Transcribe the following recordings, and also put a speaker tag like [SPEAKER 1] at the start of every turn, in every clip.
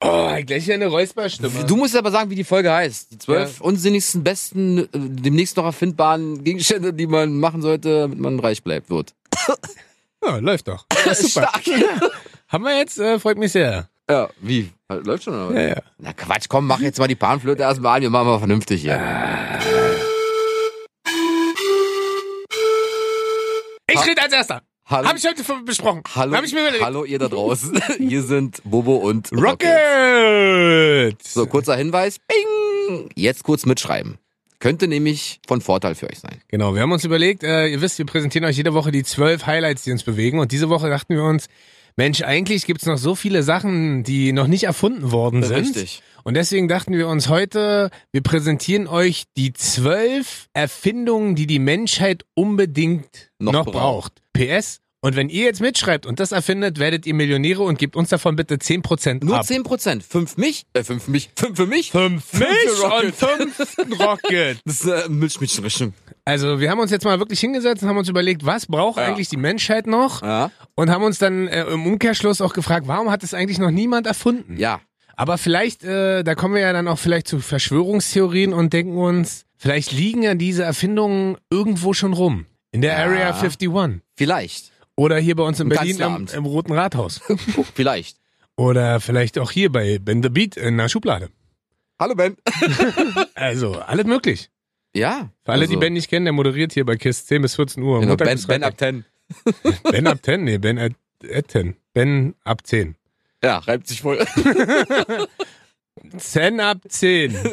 [SPEAKER 1] Nein, Oh, gleich hier eine Räusperstimme.
[SPEAKER 2] Du musst aber sagen, wie die Folge heißt. Die zwölf
[SPEAKER 1] Ja.
[SPEAKER 2] unsinnigsten, besten, äh, demnächst noch erfindbaren Gegenstände, die man machen sollte, damit man reich bleibt, wird.
[SPEAKER 1] Ja, läuft doch. Ja, super. Haben wir jetzt, äh, freut mich sehr.
[SPEAKER 2] Ja, wie? Läuft schon, oder? was?
[SPEAKER 1] Ja, ja.
[SPEAKER 2] Na Quatsch, komm, mach jetzt mal die Panflöte erstmal an, wir machen mal vernünftig hier.
[SPEAKER 1] Ich rede als erster.
[SPEAKER 2] Hallo,
[SPEAKER 1] Hab ich heute von- besprochen.
[SPEAKER 2] hallo,
[SPEAKER 1] Hab ich mir überlegt.
[SPEAKER 2] hallo ihr da draußen. Hier sind Bobo und Rocket.
[SPEAKER 1] Rocket!
[SPEAKER 2] So, kurzer Hinweis. Bing! Jetzt kurz mitschreiben. Könnte nämlich von Vorteil für euch sein.
[SPEAKER 1] Genau, wir haben uns überlegt, äh, ihr wisst, wir präsentieren euch jede Woche die zwölf Highlights, die uns bewegen. Und diese Woche dachten wir uns, Mensch, eigentlich gibt's noch so viele Sachen, die noch nicht erfunden worden sind.
[SPEAKER 2] Richtig.
[SPEAKER 1] Und deswegen dachten wir uns heute, wir präsentieren euch die zwölf Erfindungen, die die Menschheit unbedingt
[SPEAKER 2] Noch
[SPEAKER 1] noch, braucht. PS. Und wenn ihr jetzt mitschreibt und das erfindet, werdet ihr Millionäre und gebt uns davon bitte 10%
[SPEAKER 2] Nur
[SPEAKER 1] ab.
[SPEAKER 2] 10%. Fünf mich, äh, fünf mich, fünf für mich.
[SPEAKER 1] Fünf
[SPEAKER 2] Fünf
[SPEAKER 1] Mich
[SPEAKER 2] Rocket.
[SPEAKER 1] und fünf Rocket.
[SPEAKER 2] Das ist äh, Milchmädchenrechnung.
[SPEAKER 1] Also wir haben uns jetzt mal wirklich hingesetzt und haben uns überlegt, was braucht
[SPEAKER 2] Ja.
[SPEAKER 1] eigentlich die Menschheit noch?
[SPEAKER 2] Ja.
[SPEAKER 1] Und haben uns dann äh, im Umkehrschluss auch gefragt, warum hat es eigentlich noch niemand erfunden?
[SPEAKER 2] Ja.
[SPEAKER 1] Aber vielleicht, äh, da kommen wir ja dann auch vielleicht zu Verschwörungstheorien und denken uns, vielleicht liegen ja diese Erfindungen irgendwo schon rum. In der
[SPEAKER 2] Ja.
[SPEAKER 1] Area 51.
[SPEAKER 2] Vielleicht.
[SPEAKER 1] Oder hier bei uns in
[SPEAKER 2] Im
[SPEAKER 1] Berlin im,
[SPEAKER 2] Kanzleramt.
[SPEAKER 1] im Roten Rathaus.
[SPEAKER 2] Vielleicht.
[SPEAKER 1] Oder vielleicht auch hier bei Ben the Beat in der Schublade.
[SPEAKER 2] Hallo Ben.
[SPEAKER 1] Also, alles möglich.
[SPEAKER 2] Ja.
[SPEAKER 1] Für alle,
[SPEAKER 2] also,
[SPEAKER 1] die Ben nicht kennen, der moderiert hier bei KISS 10 bis 14 Uhr.
[SPEAKER 2] Genau,
[SPEAKER 1] Montag
[SPEAKER 2] ben,
[SPEAKER 1] bis
[SPEAKER 2] ben
[SPEAKER 1] Freitag.
[SPEAKER 2] ab 10.
[SPEAKER 1] Ben ab 10, nee, Ben at, at 10. Ben ab 10.
[SPEAKER 2] Ja, reibt sich voll.
[SPEAKER 1] 10 ab 10.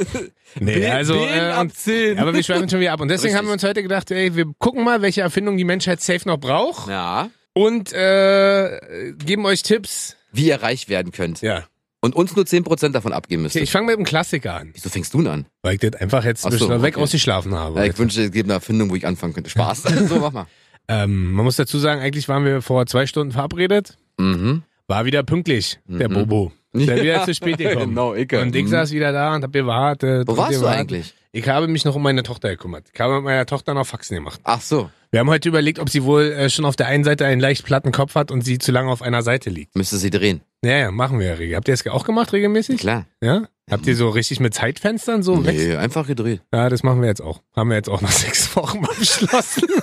[SPEAKER 1] Nee, also.
[SPEAKER 2] ben
[SPEAKER 1] äh,
[SPEAKER 2] ab
[SPEAKER 1] und,
[SPEAKER 2] 10.
[SPEAKER 1] aber wir schweifen schon wieder ab. Und deswegen
[SPEAKER 2] Richtig.
[SPEAKER 1] haben wir uns heute gedacht, ey, wir gucken mal, welche Erfindung die Menschheit safe noch braucht.
[SPEAKER 2] ja.
[SPEAKER 1] Und äh, geben euch Tipps.
[SPEAKER 2] Wie ihr reich werden könnt.
[SPEAKER 1] Ja.
[SPEAKER 2] Und uns nur 10% davon abgeben müsst.
[SPEAKER 1] Okay, Oh, ich fange mit dem Klassiker an,
[SPEAKER 2] Wieso fängst du denn an?
[SPEAKER 1] weil ich das einfach jetzt
[SPEAKER 2] Ach
[SPEAKER 1] ein bisschen
[SPEAKER 2] so,
[SPEAKER 1] weg
[SPEAKER 2] okay.
[SPEAKER 1] ausgeschlafen habe.
[SPEAKER 2] Ja, ich wünschte, es gäbe eine Erfindung, wo ich anfangen könnte. Spaß. so, mach mal.
[SPEAKER 1] ähm, man muss dazu sagen, eigentlich waren wir vor zwei Stunden verabredet.
[SPEAKER 2] Mhm.
[SPEAKER 1] War wieder pünktlich, der
[SPEAKER 2] Mhm.
[SPEAKER 1] Bobo. Der wieder zu spät gekommen.
[SPEAKER 2] Genau, ich.
[SPEAKER 1] Und ich
[SPEAKER 2] Mhm.
[SPEAKER 1] saß wieder da und hab gewartet.
[SPEAKER 2] Wo
[SPEAKER 1] und
[SPEAKER 2] warst du
[SPEAKER 1] gewartet.
[SPEAKER 2] eigentlich?
[SPEAKER 1] Ich habe mich noch um meine Tochter gekümmert. Ich habe mit meiner Tochter noch Faxen gemacht.
[SPEAKER 2] Ach so.
[SPEAKER 1] Wir haben heute überlegt, ob sie wohl äh, schon auf der einen Seite einen leicht platten Kopf hat und sie zu lange auf einer Seite liegt.
[SPEAKER 2] Müsste sie drehen.
[SPEAKER 1] Ja, ja, machen wir ja regelmäßig. Habt ihr das auch gemacht regelmäßig?
[SPEAKER 2] Klar.
[SPEAKER 1] Ja? Habt ihr so richtig mit Zeitfenstern so weg?
[SPEAKER 2] Nee, einfach gedreht.
[SPEAKER 1] Ja, das machen wir jetzt auch. Haben wir jetzt auch nach sechs Wochen mal beschlossen.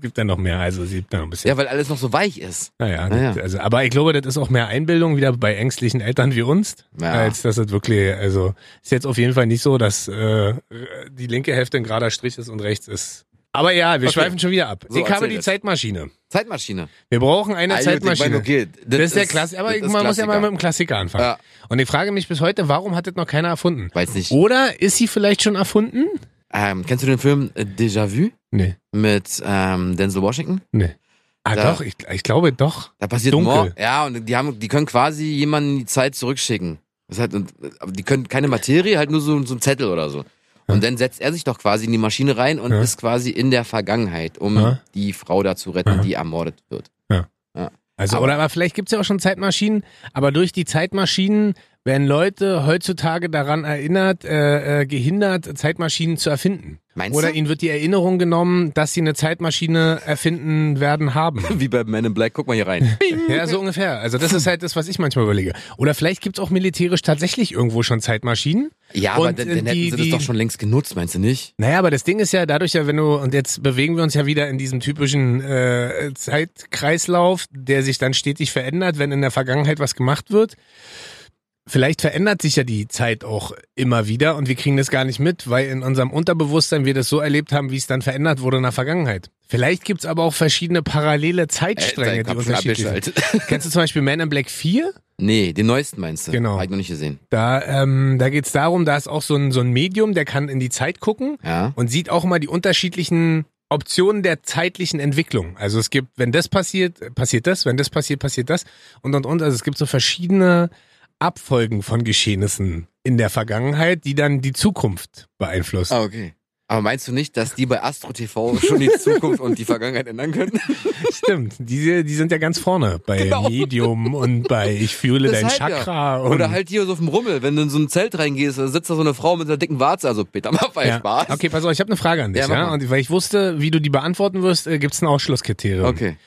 [SPEAKER 1] gibt dann noch mehr, also es gibt dann noch ein bisschen.
[SPEAKER 2] Ja, weil alles noch so weich ist.
[SPEAKER 1] Naja,
[SPEAKER 2] Naja.
[SPEAKER 1] Also, aber ich glaube, das ist auch mehr Einbildung wieder bei ängstlichen Eltern wie uns,
[SPEAKER 2] Ja.
[SPEAKER 1] als dass es wirklich, also ist jetzt auf jeden Fall nicht so, dass äh, die linke Hälfte ein gerader Strich ist und rechts ist. Aber ja, wir
[SPEAKER 2] Okay.
[SPEAKER 1] schweifen schon wieder ab.
[SPEAKER 2] So,
[SPEAKER 1] ich habe
[SPEAKER 2] erzähl
[SPEAKER 1] die
[SPEAKER 2] jetzt.
[SPEAKER 1] Zeitmaschine.
[SPEAKER 2] Zeitmaschine.
[SPEAKER 1] Wir brauchen eine
[SPEAKER 2] Ah, gut, ich
[SPEAKER 1] Zeitmaschine.
[SPEAKER 2] meine, okay,
[SPEAKER 1] das, ist der Klassiker. Aber
[SPEAKER 2] das
[SPEAKER 1] ich-
[SPEAKER 2] ist
[SPEAKER 1] man muss ja mal
[SPEAKER 2] Klassiker.
[SPEAKER 1] mit dem Klassiker anfangen.
[SPEAKER 2] Ja.
[SPEAKER 1] Und ich frage mich bis heute, warum hat das noch keiner erfunden?
[SPEAKER 2] Weiß nicht.
[SPEAKER 1] Oder ist sie vielleicht schon erfunden?
[SPEAKER 2] Ähm, kennst du den Film äh, Déjà-vu
[SPEAKER 1] Nee,
[SPEAKER 2] mit ähm, Denzel Washington?
[SPEAKER 1] nee. Ah
[SPEAKER 2] Da-
[SPEAKER 1] doch, ich, ich glaube doch.
[SPEAKER 2] Da passiert
[SPEAKER 1] Dunkel.
[SPEAKER 2] Mord. Ja, und die haben, die können quasi jemanden in die Zeit zurückschicken. Das ist halt, und, aber die können keine Materie, halt nur so, so ein Zettel oder so. Und dann setzt er sich doch quasi in die Maschine rein und
[SPEAKER 1] Ja.
[SPEAKER 2] ist quasi in der Vergangenheit, um
[SPEAKER 1] Ja.
[SPEAKER 2] die Frau da zu retten,
[SPEAKER 1] Ja.
[SPEAKER 2] die ermordet wird.
[SPEAKER 1] Also,
[SPEAKER 2] Aber-
[SPEAKER 1] oder aber vielleicht gibt's ja auch schon Zeitmaschinen, aber durch die Zeitmaschinen werden Leute heutzutage daran erinnert, äh, äh, gehindert, Zeitmaschinen zu erfinden.
[SPEAKER 2] Meinst
[SPEAKER 1] Oder
[SPEAKER 2] du?
[SPEAKER 1] ihnen wird die Erinnerung genommen, dass sie eine Zeitmaschine erfinden werden haben.
[SPEAKER 2] Wie bei Men in Black, guck mal hier rein.
[SPEAKER 1] Ja, so ungefähr. Also das ist halt das, was ich manchmal überlege. Oder vielleicht gibt's auch militärisch tatsächlich irgendwo schon Zeitmaschinen.
[SPEAKER 2] Ja, aber
[SPEAKER 1] Und,
[SPEAKER 2] dann,
[SPEAKER 1] äh,
[SPEAKER 2] dann hätten
[SPEAKER 1] die-
[SPEAKER 2] sie
[SPEAKER 1] die-
[SPEAKER 2] das doch schon längst genutzt, meinst du nicht?
[SPEAKER 1] Naja, aber das Ding ist ja dadurch ja, wenn du, und jetzt bewegen wir uns ja wieder in diesem typischen äh, Zeitkreislauf, der sich dann stetig verändert, wenn in der Vergangenheit was gemacht wird. Vielleicht verändert sich ja die Zeit auch immer wieder und wir kriegen das gar nicht mit, weil in unserem Unterbewusstsein wir das so erlebt haben, wie es dann verändert wurde in der Vergangenheit. Vielleicht gibt's aber auch verschiedene parallele Zeitstränge, die
[SPEAKER 2] dein Kopf
[SPEAKER 1] unterschiedlich sind.
[SPEAKER 2] abgeschaltet.
[SPEAKER 1] Kennst du zum Beispiel Man in Black 4?
[SPEAKER 2] halt. Nee, den neuesten meinst du?
[SPEAKER 1] Genau.
[SPEAKER 2] Hab ich noch nicht gesehen.
[SPEAKER 1] Da, ähm, da geht's darum, da ist auch so ein, so ein Medium, der kann in die Zeit gucken
[SPEAKER 2] Ja.
[SPEAKER 1] und sieht auch mal die unterschiedlichen Optionen der zeitlichen Entwicklung. Also es gibt, wenn das passiert, äh, passiert das, wenn das passiert, passiert das und und und. Also es gibt so verschiedene Abfolgen von Geschehnissen in der Vergangenheit, die dann die Zukunft beeinflussen.
[SPEAKER 2] Ah, okay. Aber meinst du nicht, dass die bei Astro TV schon die Zukunft und die Vergangenheit ändern können?
[SPEAKER 1] Stimmt, die, die sind ja ganz vorne bei Medium und bei ich fühle dein
[SPEAKER 2] Deshalb Genau. ja.
[SPEAKER 1] Chakra und
[SPEAKER 2] Oder halt hier so auf dem Rummel, wenn du in so ein Zelt reingehst, da sitzt da so eine Frau mit einer dicken Warze, also Peter Maffei,
[SPEAKER 1] ja.
[SPEAKER 2] Spaß.
[SPEAKER 1] Okay, pass auf, ich habe eine Frage an dich,
[SPEAKER 2] Ja,
[SPEAKER 1] ja,
[SPEAKER 2] mach mal.
[SPEAKER 1] Und weil ich wusste, wie du die beantworten wirst, äh, gibt's ein Ausschlusskriterium.
[SPEAKER 2] Okay.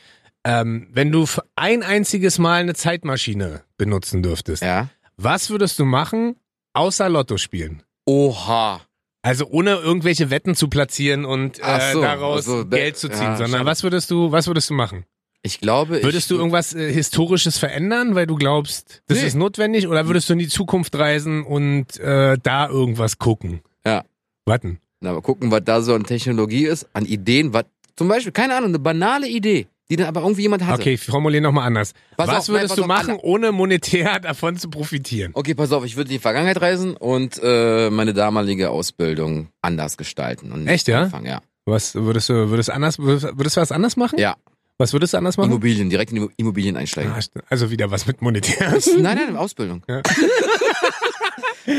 [SPEAKER 1] Ähm, wenn du f- ein einziges Mal eine Zeitmaschine benutzen dürftest,
[SPEAKER 2] Ja.
[SPEAKER 1] Was würdest du machen, außer Lotto spielen?
[SPEAKER 2] Oha.
[SPEAKER 1] Also ohne irgendwelche Wetten zu platzieren und äh,
[SPEAKER 2] Ach so,
[SPEAKER 1] daraus
[SPEAKER 2] also, da-
[SPEAKER 1] Geld zu ziehen,
[SPEAKER 2] ja,
[SPEAKER 1] sondern
[SPEAKER 2] schade.
[SPEAKER 1] was würdest du, was würdest du machen?
[SPEAKER 2] Ich glaube,
[SPEAKER 1] Würdest
[SPEAKER 2] ich,
[SPEAKER 1] du irgendwas äh, Historisches verändern, weil du glaubst, das
[SPEAKER 2] Nee.
[SPEAKER 1] ist notwendig, oder würdest du in die Zukunft reisen und äh, da irgendwas gucken?
[SPEAKER 2] Ja.
[SPEAKER 1] Warten.
[SPEAKER 2] Na, mal gucken, was da so an Technologie ist, an Ideen, was zum Beispiel, keine Ahnung, eine banale Idee, die dann aber irgendwie jemand hatte.
[SPEAKER 1] Okay, ich formuliere nochmal anders.
[SPEAKER 2] Pass
[SPEAKER 1] was
[SPEAKER 2] auf, nein,
[SPEAKER 1] würdest
[SPEAKER 2] pass
[SPEAKER 1] du
[SPEAKER 2] auf,
[SPEAKER 1] machen, ohne monetär davon zu profitieren?
[SPEAKER 2] Okay, pass auf, ich würde in die Vergangenheit reisen und äh, meine damalige Ausbildung anders gestalten. Und
[SPEAKER 1] Echt, ja?
[SPEAKER 2] Anfangen, ja.
[SPEAKER 1] Was würdest du, würdest anders, würdest du was anders machen?
[SPEAKER 2] Ja.
[SPEAKER 1] Was würdest du anders machen?
[SPEAKER 2] Immobilien, direkt in die Immobilien einsteigen.
[SPEAKER 1] Ah, st- Also wieder was mit monetär.
[SPEAKER 2] Nein, nein, Ausbildung.
[SPEAKER 1] Ja.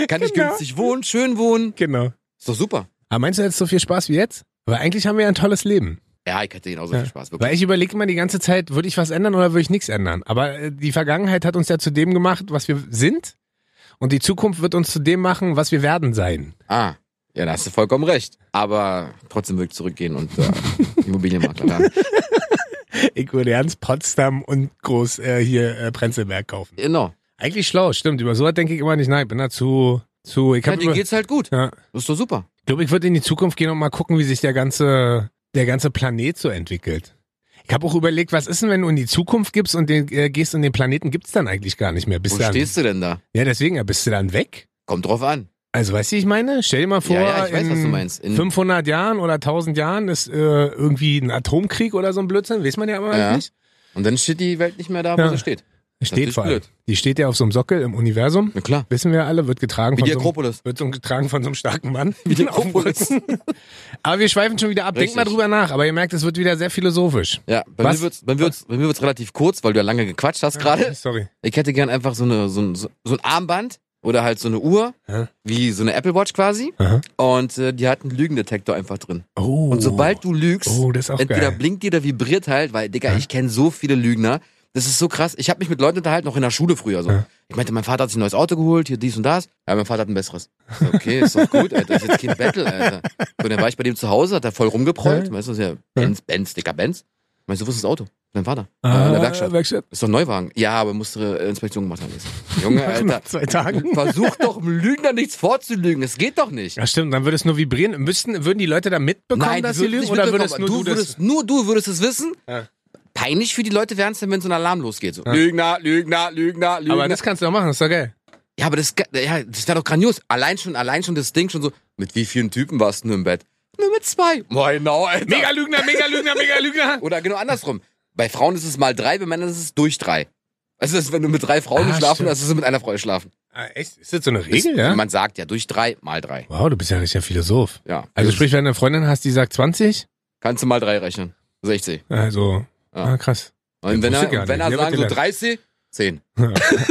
[SPEAKER 2] Kann ich
[SPEAKER 1] Genau.
[SPEAKER 2] günstig wohnen, schön wohnen.
[SPEAKER 1] genau.
[SPEAKER 2] Ist doch super.
[SPEAKER 1] Aber meinst du jetzt so viel Spaß wie jetzt? Weil eigentlich haben wir ja ein tolles Leben.
[SPEAKER 2] Ja, ich hätte genauso
[SPEAKER 1] Ja.
[SPEAKER 2] viel Spaß. Wirklich.
[SPEAKER 1] Weil ich überlege immer die ganze Zeit, würde ich was ändern oder würde ich nichts ändern? Aber äh, die Vergangenheit hat uns ja zu dem gemacht, was wir sind. Und die Zukunft wird uns zu dem machen, was wir werden sein.
[SPEAKER 2] Ah, ja, da hast du vollkommen recht. Aber trotzdem würde ich zurückgehen und äh, Immobilienmakler werden.
[SPEAKER 1] Ich würde ernst Potsdam und groß äh, hier äh, Prenzlberg kaufen.
[SPEAKER 2] Genau.
[SPEAKER 1] Eigentlich schlau, stimmt. Über sowas denke ich immer nicht. Nein, ich bin da zu, zu. Ich
[SPEAKER 2] Ja,
[SPEAKER 1] hab
[SPEAKER 2] dir
[SPEAKER 1] über,
[SPEAKER 2] geht's halt gut.
[SPEAKER 1] ja,
[SPEAKER 2] Ist doch super.
[SPEAKER 1] Ich glaube, ich würde in die Zukunft gehen und mal gucken, wie sich der ganze, der ganze Planet so entwickelt. Ich habe auch überlegt, was ist denn, wenn du in die Zukunft gibst und den, äh, gehst und den Planeten gibt's dann eigentlich gar nicht mehr. Bis
[SPEAKER 2] Wo
[SPEAKER 1] dann.
[SPEAKER 2] stehst du denn da?
[SPEAKER 1] Ja, deswegen, ja, bist du dann weg?
[SPEAKER 2] Kommt drauf an.
[SPEAKER 1] Also, weißt du, wie ich meine? Stell dir mal vor,
[SPEAKER 2] ja, ja, ich weiß,
[SPEAKER 1] in
[SPEAKER 2] was du meinst. In-
[SPEAKER 1] 500 Jahren oder 1000 Jahren ist äh, irgendwie ein Atomkrieg oder so ein Blödsinn, weiß man ja immer
[SPEAKER 2] Ja.
[SPEAKER 1] nicht.
[SPEAKER 2] Und dann steht die Welt nicht mehr da, wo
[SPEAKER 1] Ja.
[SPEAKER 2] sie steht.
[SPEAKER 1] Steht
[SPEAKER 2] ist
[SPEAKER 1] vor allem.
[SPEAKER 2] blöd.
[SPEAKER 1] Die steht ja auf so einem Sockel im Universum.
[SPEAKER 2] Na klar.
[SPEAKER 1] Wissen wir alle, wird getragen
[SPEAKER 2] Wie
[SPEAKER 1] von
[SPEAKER 2] die
[SPEAKER 1] so einem,
[SPEAKER 2] Akropolis.
[SPEAKER 1] wird so getragen von so einem starken Mann.
[SPEAKER 2] Wie die
[SPEAKER 1] Auf dem
[SPEAKER 2] Akropolis.
[SPEAKER 1] Rücken. Aber wir schweifen schon wieder ab. Denkt
[SPEAKER 2] Richtig.
[SPEAKER 1] mal drüber nach. Aber ihr merkt, es wird wieder sehr philosophisch.
[SPEAKER 2] Ja, bei
[SPEAKER 1] Was?
[SPEAKER 2] mir, wird's, bei, mir wird's, bei mir wird's relativ kurz, weil du ja lange gequatscht hast gerade.
[SPEAKER 1] Sorry.
[SPEAKER 2] Ich hätte gern einfach so, eine, so, ein, so so ein Armband oder halt so eine Uhr,
[SPEAKER 1] Ja.
[SPEAKER 2] wie so eine Apple Watch quasi.
[SPEAKER 1] Aha.
[SPEAKER 2] Und äh, die hat einen Lügendetektor einfach drin.
[SPEAKER 1] Oh.
[SPEAKER 2] Und sobald du lügst,
[SPEAKER 1] Oh, das ist auch
[SPEAKER 2] entweder
[SPEAKER 1] geil.
[SPEAKER 2] blinkt die oder vibriert halt, weil, Digga, ich kenne so viele Lügner. Das ist so krass. Ich habe mich mit Leuten unterhalten, noch in der Schule früher so.
[SPEAKER 1] Ja.
[SPEAKER 2] Ich meinte, mein Vater hat sich ein neues Auto geholt, hier dies und das. Ja, mein Vater hat ein besseres. Ich So, okay, ist doch gut, Alter. Ist jetzt kein Battle, Alter. So, dann war ich bei dem zu Hause, hat er voll rumgeprollt.
[SPEAKER 1] Ja.
[SPEAKER 2] Weißt du, das ist ja Benz, Benz, dicker Benz. Meinst du, wo ist das Auto? Dein Vater.
[SPEAKER 1] Ah.
[SPEAKER 2] Äh, in der Werkstatt.
[SPEAKER 1] Werkstatt.
[SPEAKER 2] Ist doch ein Neuwagen. Ja, aber musste äh, Inspektion gemacht haben. Ich so, Junge,
[SPEAKER 1] Nach
[SPEAKER 2] Alter.
[SPEAKER 1] zwei Tagen.
[SPEAKER 2] Versuch doch dem Lügner nichts vorzulügen. Es geht doch nicht.
[SPEAKER 1] Ja, stimmt, dann würde es nur vibrieren. Müssten, würden die Leute da mitbekommen,
[SPEAKER 2] Nein, die
[SPEAKER 1] dass sie
[SPEAKER 2] würden
[SPEAKER 1] lügen?
[SPEAKER 2] nicht
[SPEAKER 1] Oder
[SPEAKER 2] mitbekommen.
[SPEAKER 1] würdest nur du, das?
[SPEAKER 2] würdest, Nur du würdest es wissen.
[SPEAKER 1] Ja.
[SPEAKER 2] Peinlich für die Leute wären es dann, wenn so ein Alarm losgeht. So,
[SPEAKER 1] Ja.
[SPEAKER 2] Lügner, Lügner, Lügner, Lügner.
[SPEAKER 1] Aber das kannst du doch machen, das ist doch geil.
[SPEAKER 2] ja, aber das, ja, das wäre doch grandios. Allein schon, allein schon das Ding schon so. Mit wie vielen Typen warst du nur im Bett? Nur mit zwei. Boah, genau, Alter.
[SPEAKER 1] Mega-Lügner, Mega-Lügner, Mega-Lügner.
[SPEAKER 2] Oder genau andersrum. Bei Frauen ist es mal drei, bei Männern ist es durch drei. Also, das ist, wenn du mit drei Frauen
[SPEAKER 1] Ah,
[SPEAKER 2] schlafen,
[SPEAKER 1] stimmt.
[SPEAKER 2] hast, ist es mit einer Frau schlafen.
[SPEAKER 1] Ah, echt? Ist das so eine
[SPEAKER 2] Ist-
[SPEAKER 1] Regel, ja?
[SPEAKER 2] Man sagt ja durch drei mal drei.
[SPEAKER 1] Wow, du bist ja richtiger Philosoph.
[SPEAKER 2] Ja.
[SPEAKER 1] Also
[SPEAKER 2] Das
[SPEAKER 1] sprich, wenn du eine Freundin hast, die sagt 20,
[SPEAKER 2] kannst du mal drei rechnen. 60.
[SPEAKER 1] also,
[SPEAKER 2] Ja.
[SPEAKER 1] ah, krass.
[SPEAKER 2] Und wenn
[SPEAKER 1] wusste
[SPEAKER 2] er,
[SPEAKER 1] ich gar
[SPEAKER 2] und wenn
[SPEAKER 1] nicht.
[SPEAKER 2] er
[SPEAKER 1] Ja,
[SPEAKER 2] sagen so
[SPEAKER 1] bitte.
[SPEAKER 2] 30, 10.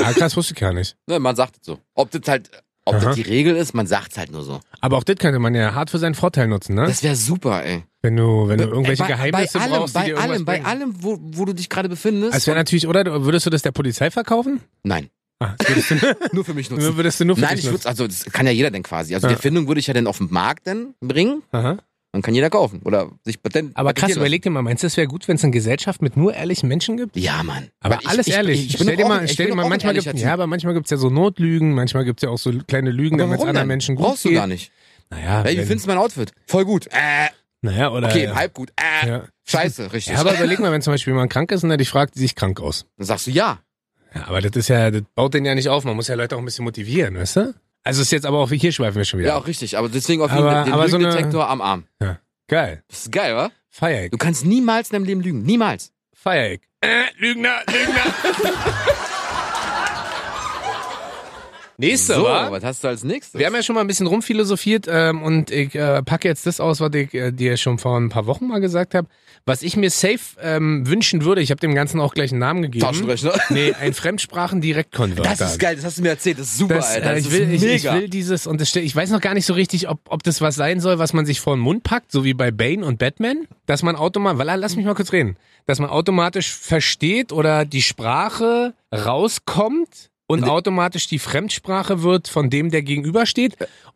[SPEAKER 1] ah, krass, wusste ich gar nicht.
[SPEAKER 2] Ne, man sagt es so. Ob das halt, ob
[SPEAKER 1] Aha.
[SPEAKER 2] das die Regel ist, man sagt es halt nur so.
[SPEAKER 1] Aber auch das könnte man ja hart für seinen Vorteil nutzen, ne?
[SPEAKER 2] Das wäre super, ey.
[SPEAKER 1] Wenn du, wenn du irgendwelche
[SPEAKER 2] Bei-
[SPEAKER 1] Geheimnisse
[SPEAKER 2] bei allem,
[SPEAKER 1] brauchst, die
[SPEAKER 2] bei
[SPEAKER 1] dir irgendwas
[SPEAKER 2] allem, bei
[SPEAKER 1] bringen.
[SPEAKER 2] allem, wo, wo du dich gerade befindest.
[SPEAKER 1] Es wäre Also natürlich, oder? Du- Würdest du das der Polizei verkaufen?
[SPEAKER 2] Nein,
[SPEAKER 1] Ah, das würdest du,
[SPEAKER 2] nur für mich nutzen.
[SPEAKER 1] nur- würdest du nur für
[SPEAKER 2] Nein,
[SPEAKER 1] dich
[SPEAKER 2] ich würde,
[SPEAKER 1] nutzen.
[SPEAKER 2] also das kann ja jeder denn quasi. Also
[SPEAKER 1] Ja.
[SPEAKER 2] die Erfindung würde ich ja dann auf den Markt dann bringen
[SPEAKER 1] Aha.
[SPEAKER 2] und kann jeder kaufen oder sich patenten.
[SPEAKER 1] Aber krass,
[SPEAKER 2] patentieren
[SPEAKER 1] überleg dir mal, meinst du, es wäre gut, wenn es eine Gesellschaft mit nur ehrlichen Menschen gibt?
[SPEAKER 2] lassen. Ja, Mann.
[SPEAKER 1] Aber
[SPEAKER 2] Weil ich-
[SPEAKER 1] alles
[SPEAKER 2] ich-
[SPEAKER 1] ehrlich.
[SPEAKER 2] Ich, ich bin
[SPEAKER 1] stell dir
[SPEAKER 2] doch auch-
[SPEAKER 1] mal,
[SPEAKER 2] ich
[SPEAKER 1] stell
[SPEAKER 2] bin
[SPEAKER 1] dir
[SPEAKER 2] doch
[SPEAKER 1] mal
[SPEAKER 2] auch ein
[SPEAKER 1] manchmal gibt,
[SPEAKER 2] ehrlicher Typ.
[SPEAKER 1] ja, aber manchmal gibt's ja so Notlügen, manchmal gibt's ja auch so kleine Lügen,
[SPEAKER 2] Aber
[SPEAKER 1] damit es
[SPEAKER 2] warum
[SPEAKER 1] anderen
[SPEAKER 2] denn?
[SPEAKER 1] Menschen gut
[SPEAKER 2] Brauchst
[SPEAKER 1] geht.
[SPEAKER 2] du gar nicht.
[SPEAKER 1] Naja,
[SPEAKER 2] Ey, wie
[SPEAKER 1] wenn-
[SPEAKER 2] findest du mein Outfit? Voll gut. Äh,
[SPEAKER 1] naja, oder
[SPEAKER 2] okay,
[SPEAKER 1] ja.
[SPEAKER 2] halb gut. Äh,
[SPEAKER 1] Ja.
[SPEAKER 2] scheiße, richtig.
[SPEAKER 1] ja, aber überleg mal, wenn zum Beispiel jemand krank ist und er dich fragt, sieht sich krank aus.
[SPEAKER 2] dann sagst du ja.
[SPEAKER 1] Ja, aber das ist ja, das baut den ja nicht auf. Man muss ja Leute auch ein bisschen motivieren, weißt du? Also ist jetzt aber auch, hier schweifen wir schon wieder.
[SPEAKER 2] Ja,
[SPEAKER 1] ab.
[SPEAKER 2] auch richtig. Aber deswegen auf jeden
[SPEAKER 1] Aber-
[SPEAKER 2] Fall den
[SPEAKER 1] aber so eine-
[SPEAKER 2] Lügendetektor am Arm.
[SPEAKER 1] Geil.
[SPEAKER 2] Das ist geil, wa?
[SPEAKER 1] Feier ich.
[SPEAKER 2] Du kannst niemals in deinem Leben lügen. Niemals.
[SPEAKER 1] Feier ich. Äh, Lügner, Lügner. Nächste,
[SPEAKER 2] so,
[SPEAKER 1] wa?
[SPEAKER 2] was hast du als nächstes?
[SPEAKER 1] Wir haben ja schon mal ein bisschen rumphilosophiert ähm, und ich äh, packe jetzt das aus, was ich äh, dir schon vor ein paar Wochen mal gesagt habe. Was ich mir safe ähm, wünschen würde, ich habe dem Ganzen auch gleich einen Namen gegeben.
[SPEAKER 2] Taschenrechner.
[SPEAKER 1] Nee, ein Fremdsprachen-Direktkonverter.
[SPEAKER 2] Das ist geil, das hast du mir erzählt. Das ist super,
[SPEAKER 1] Das,
[SPEAKER 2] Alter.
[SPEAKER 1] äh,
[SPEAKER 2] Das
[SPEAKER 1] ich, will,
[SPEAKER 2] ist
[SPEAKER 1] ich, ich
[SPEAKER 2] mega.
[SPEAKER 1] will dieses, und das, ste- ich weiß noch gar nicht so richtig, ob, ob das was sein soll, was man sich vor den Mund packt, so wie bei Bane und Batman, dass man automatisch, weil lass mich mal kurz reden, dass man automatisch versteht oder die Sprache rauskommt und
[SPEAKER 2] Und-
[SPEAKER 1] automatisch die Fremdsprache wird von dem, der gegenübersteht.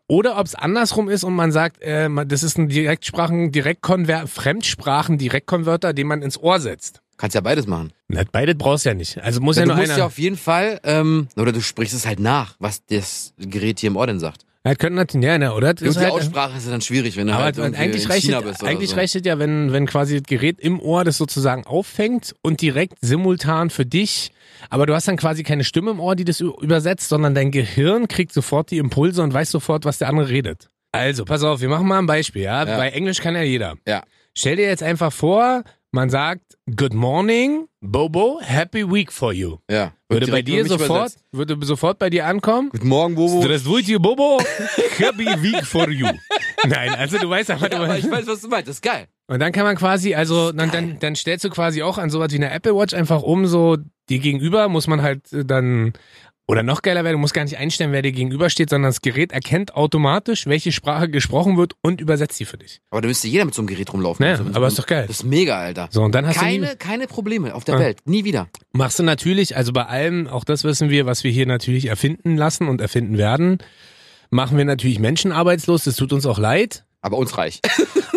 [SPEAKER 1] Oder ob es andersrum ist und man sagt, äh, man- das ist ein Direktsprachen, Direktkonver Fremdsprachen, Direktkonverter, den man ins Ohr setzt.
[SPEAKER 2] Kannst ja beides machen.
[SPEAKER 1] Na, beides brauchst du ja nicht. Also muss
[SPEAKER 2] Ja,
[SPEAKER 1] ja,
[SPEAKER 2] du
[SPEAKER 1] nur
[SPEAKER 2] musst
[SPEAKER 1] einer.
[SPEAKER 2] ja auf jeden Fall, ähm, oder du sprichst es halt nach, was das Gerät hier im Orden sagt.
[SPEAKER 1] ja, könnten natürlich, ja, na, oder? Das
[SPEAKER 2] Gut,
[SPEAKER 1] ist
[SPEAKER 2] die
[SPEAKER 1] halt-
[SPEAKER 2] Aussprache ist ja dann schwierig, wenn du
[SPEAKER 1] aber
[SPEAKER 2] halt irgendwie
[SPEAKER 1] eigentlich
[SPEAKER 2] in
[SPEAKER 1] reicht,
[SPEAKER 2] China
[SPEAKER 1] es-
[SPEAKER 2] bist oder
[SPEAKER 1] eigentlich
[SPEAKER 2] so.
[SPEAKER 1] reicht es ja, wenn, wenn quasi das Gerät im Ohr das sozusagen auffängt und direkt simultan für dich, aber du hast dann quasi keine Stimme im Ohr, die das ü- übersetzt, sondern dein Gehirn kriegt sofort die Impulse und weiß sofort, was der andere redet. Also, pass auf, wir machen mal ein Beispiel, ja?
[SPEAKER 2] Ja.
[SPEAKER 1] Bei Englisch kann ja jeder.
[SPEAKER 2] Ja.
[SPEAKER 1] Stell dir jetzt einfach vor, man sagt Good morning, Bobo, happy week for you.
[SPEAKER 2] Ja. Wird
[SPEAKER 1] Würde bei
[SPEAKER 2] direkt nur
[SPEAKER 1] dir
[SPEAKER 2] mich
[SPEAKER 1] sofort,
[SPEAKER 2] übersetzt.
[SPEAKER 1] würde sofort bei dir ankommen?
[SPEAKER 2] Guten Morgen, Bobo.
[SPEAKER 1] Das wird you, Bobo. Happy week for you. Nein, also du weißt aber, du
[SPEAKER 2] Aber ich weiß, was du meinst. Das ist geil.
[SPEAKER 1] und dann kann man quasi, also dann, dann, dann stellst du quasi auch an sowas wie eine Apple Watch einfach um, so dir gegenüber muss man halt äh, dann, oder noch geiler wäre, du musst gar nicht einstellen, wer dir gegenübersteht, sondern das Gerät erkennt automatisch, welche Sprache gesprochen wird und übersetzt sie für dich.
[SPEAKER 2] Aber da müsste jeder mit so einem Gerät rumlaufen.
[SPEAKER 1] Naja,
[SPEAKER 2] So mit so
[SPEAKER 1] aber
[SPEAKER 2] einem-
[SPEAKER 1] ist doch geil.
[SPEAKER 2] Das ist mega, Alter.
[SPEAKER 1] So, und dann hast du, Ah.
[SPEAKER 2] Keine, keine Probleme auf der
[SPEAKER 1] Ja.
[SPEAKER 2] Welt. Nie wieder.
[SPEAKER 1] machst du natürlich, also bei allem, auch das wissen wir, was wir hier natürlich erfinden lassen und erfinden werden, machen wir natürlich Menschen arbeitslos, das tut uns auch leid.
[SPEAKER 2] Aber uns reich.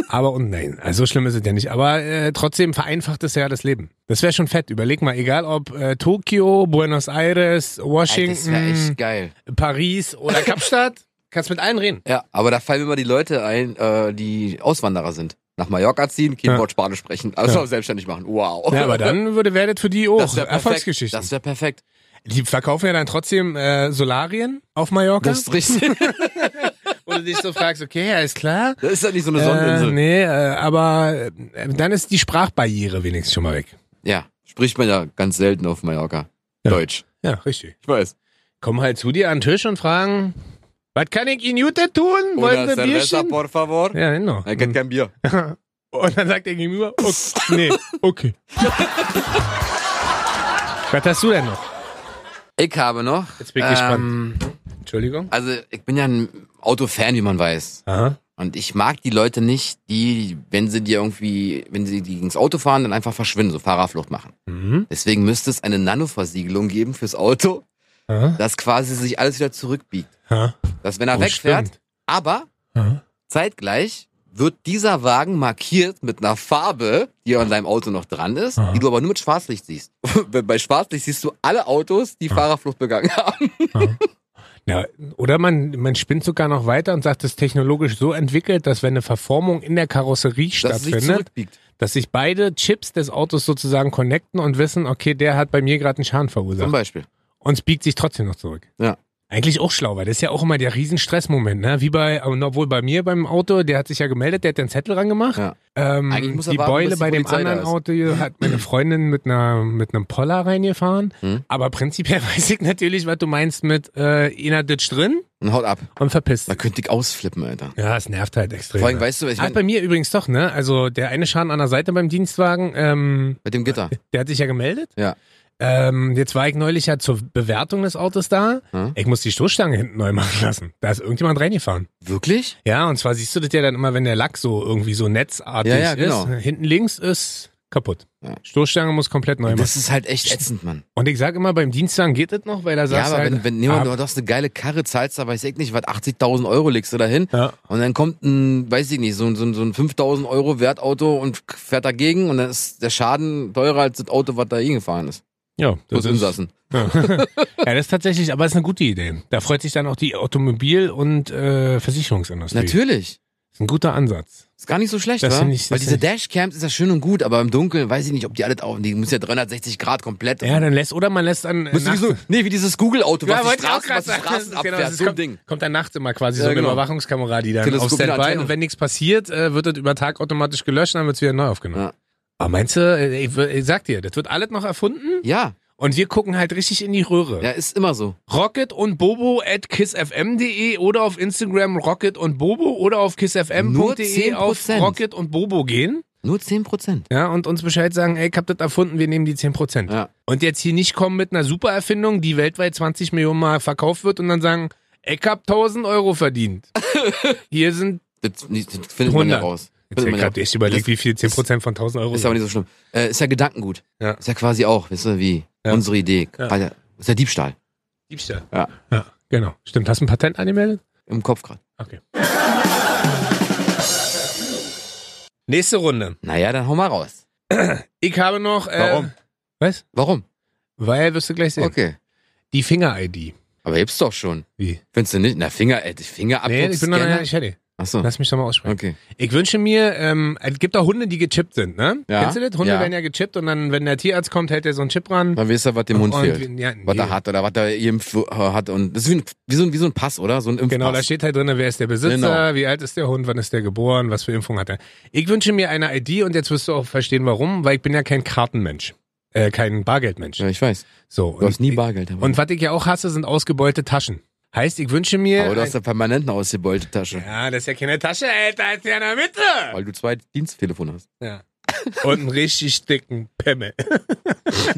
[SPEAKER 1] Aber und nein, also so schlimm ist es ja nicht. Aber äh, trotzdem vereinfacht es ja das Leben. Das wäre schon fett. Überleg mal, egal ob äh, Tokio, Buenos Aires,
[SPEAKER 2] Alter, das wäre
[SPEAKER 1] Washington,
[SPEAKER 2] echt geil.
[SPEAKER 1] Paris oder Kapstadt, kannst mit allen reden.
[SPEAKER 2] Ja, aber da fallen mir immer die Leute ein, äh, die Auswanderer sind. Nach Mallorca ziehen, kein
[SPEAKER 1] Ja.
[SPEAKER 2] Wort Spanisch sprechen, also selbstständig machen. Wow.
[SPEAKER 1] Ja, aber dann würde wäre das für die auch
[SPEAKER 2] Das wär perfekt.
[SPEAKER 1] Erfolgsgeschichte.
[SPEAKER 2] Das wäre perfekt.
[SPEAKER 1] Die verkaufen ja dann trotzdem äh, Solarien auf Mallorca.
[SPEAKER 2] Das ist richtig.
[SPEAKER 1] wo du dich so fragst, okay, alles klar.
[SPEAKER 2] Das ist ja nicht so eine
[SPEAKER 1] Äh,
[SPEAKER 2] Sonneninsel.
[SPEAKER 1] nee, äh, aber äh, dann ist die Sprachbarriere wenigstens schon mal weg.
[SPEAKER 2] Ja, spricht man ja ganz selten auf Mallorca.
[SPEAKER 1] Ja.
[SPEAKER 2] Deutsch.
[SPEAKER 1] Ja, richtig.
[SPEAKER 2] Ich weiß.
[SPEAKER 1] Kommen halt zu dir an den Tisch und fragen, was kann ich Ihnen Jute tun? Wollen Sie Bierchen?
[SPEAKER 2] por favor.
[SPEAKER 1] Ja, genau.
[SPEAKER 2] Er kennt kein Bier.
[SPEAKER 1] Und dann sagt er gegenüber, okay, nee, okay. Was hast du denn noch?
[SPEAKER 2] Ich habe noch.
[SPEAKER 1] Jetzt bin ich
[SPEAKER 2] gespannt.
[SPEAKER 1] Entschuldigung.
[SPEAKER 2] Ähm, Also, ich bin ja ein Autofan, wie man weiß.
[SPEAKER 1] Aha.
[SPEAKER 2] Und ich mag die Leute nicht, die, wenn sie dir irgendwie, wenn sie die ins Auto fahren, dann einfach verschwinden, so Fahrerflucht machen.
[SPEAKER 1] Mhm.
[SPEAKER 2] Deswegen müsste es eine Nanoversiegelung geben fürs Auto,
[SPEAKER 1] Aha.
[SPEAKER 2] dass quasi sich alles wieder zurückbiegt.
[SPEAKER 1] Aha.
[SPEAKER 2] Dass wenn er
[SPEAKER 1] Oh,
[SPEAKER 2] wegfährt,
[SPEAKER 1] stimmt.
[SPEAKER 2] aber
[SPEAKER 1] Aha.
[SPEAKER 2] zeitgleich wird dieser Wagen markiert mit einer Farbe, die an deinem Auto noch dran ist,
[SPEAKER 1] Aha.
[SPEAKER 2] die du aber nur mit Schwarzlicht siehst. Bei Schwarzlicht siehst du alle Autos, die Fahrerflucht begangen haben.
[SPEAKER 1] Ja, oder man, man spinnt sogar noch weiter und sagt, es ist technologisch so entwickelt, dass wenn eine Verformung in der Karosserie
[SPEAKER 2] Dass es sich
[SPEAKER 1] stattfindet,
[SPEAKER 2] zurückbiegt.
[SPEAKER 1] dass sich beide Chips des Autos sozusagen connecten und wissen, okay, der hat bei mir gerade einen Schaden
[SPEAKER 2] Zum
[SPEAKER 1] verursacht.
[SPEAKER 2] Beispiel.
[SPEAKER 1] Und es biegt sich trotzdem noch zurück.
[SPEAKER 2] Ja.
[SPEAKER 1] Eigentlich auch schlau, weil das ist ja auch immer der Riesenstressmoment, ne? Wie bei, und obwohl bei mir beim Auto, der hat sich ja gemeldet, der hat den Zettel rangemacht.
[SPEAKER 2] Ja.
[SPEAKER 1] Ähm,
[SPEAKER 2] Eigentlich muss er
[SPEAKER 1] die
[SPEAKER 2] warten, bis
[SPEAKER 1] Beule
[SPEAKER 2] die
[SPEAKER 1] bei dem
[SPEAKER 2] Polizei da
[SPEAKER 1] anderen
[SPEAKER 2] ist.
[SPEAKER 1] Auto hat meine Freundin mit einer mit einem Poller reingefahren.
[SPEAKER 2] Hm.
[SPEAKER 1] Aber prinzipiell weiß ich natürlich, was du meinst mit äh, einer ditcht drin
[SPEAKER 2] Und haut ab.
[SPEAKER 1] und verpisst.
[SPEAKER 2] Da könnte ich ausflippen, Alter.
[SPEAKER 1] Ja, es nervt halt extrem.
[SPEAKER 2] Vor allem,
[SPEAKER 1] ne?
[SPEAKER 2] weißt du, ich
[SPEAKER 1] Hat
[SPEAKER 2] mein,
[SPEAKER 1] bei mir übrigens doch, ne? Also der eine Schaden an der Seite beim Dienstwagen, ähm,
[SPEAKER 2] mit dem Gitter.
[SPEAKER 1] der hat sich ja gemeldet.
[SPEAKER 2] Ja.
[SPEAKER 1] Ähm, jetzt war ich neulich ja zur Bewertung des Autos da.
[SPEAKER 2] Hm?
[SPEAKER 1] Ich muss die Stoßstange hinten neu machen lassen. Da ist irgendjemand reingefahren.
[SPEAKER 2] Wirklich?
[SPEAKER 1] Ja, und zwar siehst du das ja dann immer, wenn der Lack so irgendwie so netzartig
[SPEAKER 2] Ja, ja, genau.
[SPEAKER 1] ist. Hinten links ist kaputt.
[SPEAKER 2] Ja.
[SPEAKER 1] Stoßstange muss komplett neu machen.
[SPEAKER 2] Das ist halt echt ätzend, Mann.
[SPEAKER 1] Und ich sag immer, beim Dienstwagen geht das noch, weil da
[SPEAKER 2] Ja,
[SPEAKER 1] sagst
[SPEAKER 2] aber
[SPEAKER 1] du halt,
[SPEAKER 2] wenn, wenn jemand,
[SPEAKER 1] ab.
[SPEAKER 2] du hast eine geile Karre, zahlst da, weiß ich nicht, was, 80.000 Euro legst du da hin
[SPEAKER 1] Ja.
[SPEAKER 2] und dann kommt ein, weiß ich nicht, so, ein- so, ein- so ein 5.000 Euro Wertauto und fährt dagegen und dann ist der Schaden teurer als das Auto, was da hingefahren ist.
[SPEAKER 1] ja,
[SPEAKER 2] Plus
[SPEAKER 1] das ist,
[SPEAKER 2] Insassen.
[SPEAKER 1] ja. ja, das ist tatsächlich, aber das ist eine gute Idee. Da freut sich dann auch die Automobil- und äh, Versicherungsindustrie.
[SPEAKER 2] Natürlich.
[SPEAKER 1] Das ist ein guter Ansatz.
[SPEAKER 2] Ist gar nicht so schlecht,
[SPEAKER 1] Das
[SPEAKER 2] wa?
[SPEAKER 1] finde ich- das
[SPEAKER 2] Weil diese
[SPEAKER 1] finde
[SPEAKER 2] Dashcams ist ja schön und gut, aber im Dunkeln weiß ich nicht, ob die alles auf, die muss ja 360 Grad komplett.
[SPEAKER 1] Ja, dann lässt, oder man lässt dann. äh,
[SPEAKER 2] Musst du
[SPEAKER 1] nachts-
[SPEAKER 2] so, nee, wie dieses Google-Auto,
[SPEAKER 1] Ja,
[SPEAKER 2] was,
[SPEAKER 1] wollte
[SPEAKER 2] die
[SPEAKER 1] ich auch gerade
[SPEAKER 2] Straßen, was die
[SPEAKER 1] sagen.
[SPEAKER 2] Straßen
[SPEAKER 1] Das ist genau,
[SPEAKER 2] abfährt.
[SPEAKER 1] das
[SPEAKER 2] So ein
[SPEAKER 1] kommt-
[SPEAKER 2] Ding.
[SPEAKER 1] Kommt dann nachts immer quasi
[SPEAKER 2] Ja,
[SPEAKER 1] so eine
[SPEAKER 2] genau.
[SPEAKER 1] Überwachungskamera, die dann auf
[SPEAKER 2] Teleskop mit einer
[SPEAKER 1] Standby
[SPEAKER 2] Antenne.
[SPEAKER 1] und wenn nichts passiert, äh, wird das über Tag automatisch gelöscht und dann wird es wieder neu aufgenommen.
[SPEAKER 2] Ja.
[SPEAKER 1] Aber meinst du, äh, ich, wür- ich sag dir, das wird alles noch erfunden
[SPEAKER 2] Ja,
[SPEAKER 1] und wir gucken halt richtig in die Röhre.
[SPEAKER 2] ja, ist immer so.
[SPEAKER 1] Rocket und Bobo at kissfm.de oder auf Instagram Rocket und Bobo oder auf
[SPEAKER 2] Nur
[SPEAKER 1] kissfm.de
[SPEAKER 2] 10%.
[SPEAKER 1] auf Rocket und Bobo gehen.
[SPEAKER 2] Nur 10 Prozent.
[SPEAKER 1] Ja, und uns Bescheid sagen, ey, ich hab das erfunden, wir nehmen die 10%.
[SPEAKER 2] Ja.
[SPEAKER 1] Und jetzt hier nicht kommen mit einer Supererfindung, die weltweit 20 Millionen Mal verkauft wird und dann sagen, ey, ich hab 1000 Euro verdient. hier sind,
[SPEAKER 2] Das, das findet man ja
[SPEAKER 1] 100.
[SPEAKER 2] raus.
[SPEAKER 1] jetzt hab ich grad echt überlegt, wie viel 10% von 1000 Euro
[SPEAKER 2] Ist aber
[SPEAKER 1] sind.
[SPEAKER 2] nicht so schlimm. Äh, ist ja Gedankengut.
[SPEAKER 1] Ja.
[SPEAKER 2] Ist ja quasi auch, weißt du, wie
[SPEAKER 1] Ja.
[SPEAKER 2] unsere Idee.
[SPEAKER 1] Ja.
[SPEAKER 2] Alter, Ist ja Diebstahl
[SPEAKER 1] Diebstahl.
[SPEAKER 2] Ja.
[SPEAKER 1] ja. Genau. Stimmt, hast du ein Patent angemeldet?
[SPEAKER 2] im Kopf gerade.
[SPEAKER 1] Okay. Nächste Runde.
[SPEAKER 2] Naja, dann hau mal raus.
[SPEAKER 1] Ich habe noch. Äh,
[SPEAKER 2] Warum?
[SPEAKER 1] Was?
[SPEAKER 2] Warum?
[SPEAKER 1] Weil wirst du gleich sehen.
[SPEAKER 2] Okay.
[SPEAKER 1] Die Finger-ID.
[SPEAKER 2] Aber gibt's doch schon.
[SPEAKER 1] Wie?
[SPEAKER 2] Findest du nicht? Na, Finger, äh,
[SPEAKER 1] Nee, ich bin noch
[SPEAKER 2] Fingerabdruckscanner.
[SPEAKER 1] nicht fertig.
[SPEAKER 2] Achso.
[SPEAKER 1] Lass mich doch mal aussprechen.
[SPEAKER 2] Okay.
[SPEAKER 1] Ich wünsche mir, ähm, es gibt auch Hunde, die gechippt sind, ne?
[SPEAKER 2] Ja.
[SPEAKER 1] Kennst du das? Hunde
[SPEAKER 2] Ja.
[SPEAKER 1] werden ja gechippt und dann, wenn der Tierarzt kommt, hält er so einen Chip ran.
[SPEAKER 2] Dann weißt du, was dem Hund
[SPEAKER 1] Und
[SPEAKER 2] fehlt.
[SPEAKER 1] wie- ja,
[SPEAKER 2] Was
[SPEAKER 1] nee.
[SPEAKER 2] er hat oder was er geimpft wo- hat. Und das ist wie, ein, wie, so, ein, wie so ein Pass, oder? So ein Impfpass.
[SPEAKER 1] Genau, da steht halt drin, wer ist der Besitzer,
[SPEAKER 2] Genau.
[SPEAKER 1] wie alt ist der Hund, wann ist der geboren, was für Impfung hat er. Ich wünsche mir eine ID und jetzt wirst du auch verstehen, warum, weil ich bin ja kein Kartenmensch, äh, kein Bargeldmensch.
[SPEAKER 2] ja, ich weiß.
[SPEAKER 1] So,
[SPEAKER 2] Du hast nie
[SPEAKER 1] ich,
[SPEAKER 2] Bargeld. Aber
[SPEAKER 1] Und was ich ja auch hasse, sind ausgebeulte Taschen. Heißt, ich wünsche mir...
[SPEAKER 2] aber du
[SPEAKER 1] ein-
[SPEAKER 2] hast ja permanent eine ausgebeulte Tasche.
[SPEAKER 1] ja, das ist ja keine Tasche, Alter, ist ja in der Mitte.
[SPEAKER 2] Weil du zwei Diensttelefone hast.
[SPEAKER 1] Ja. Und einen richtig dicken Pimmel. So,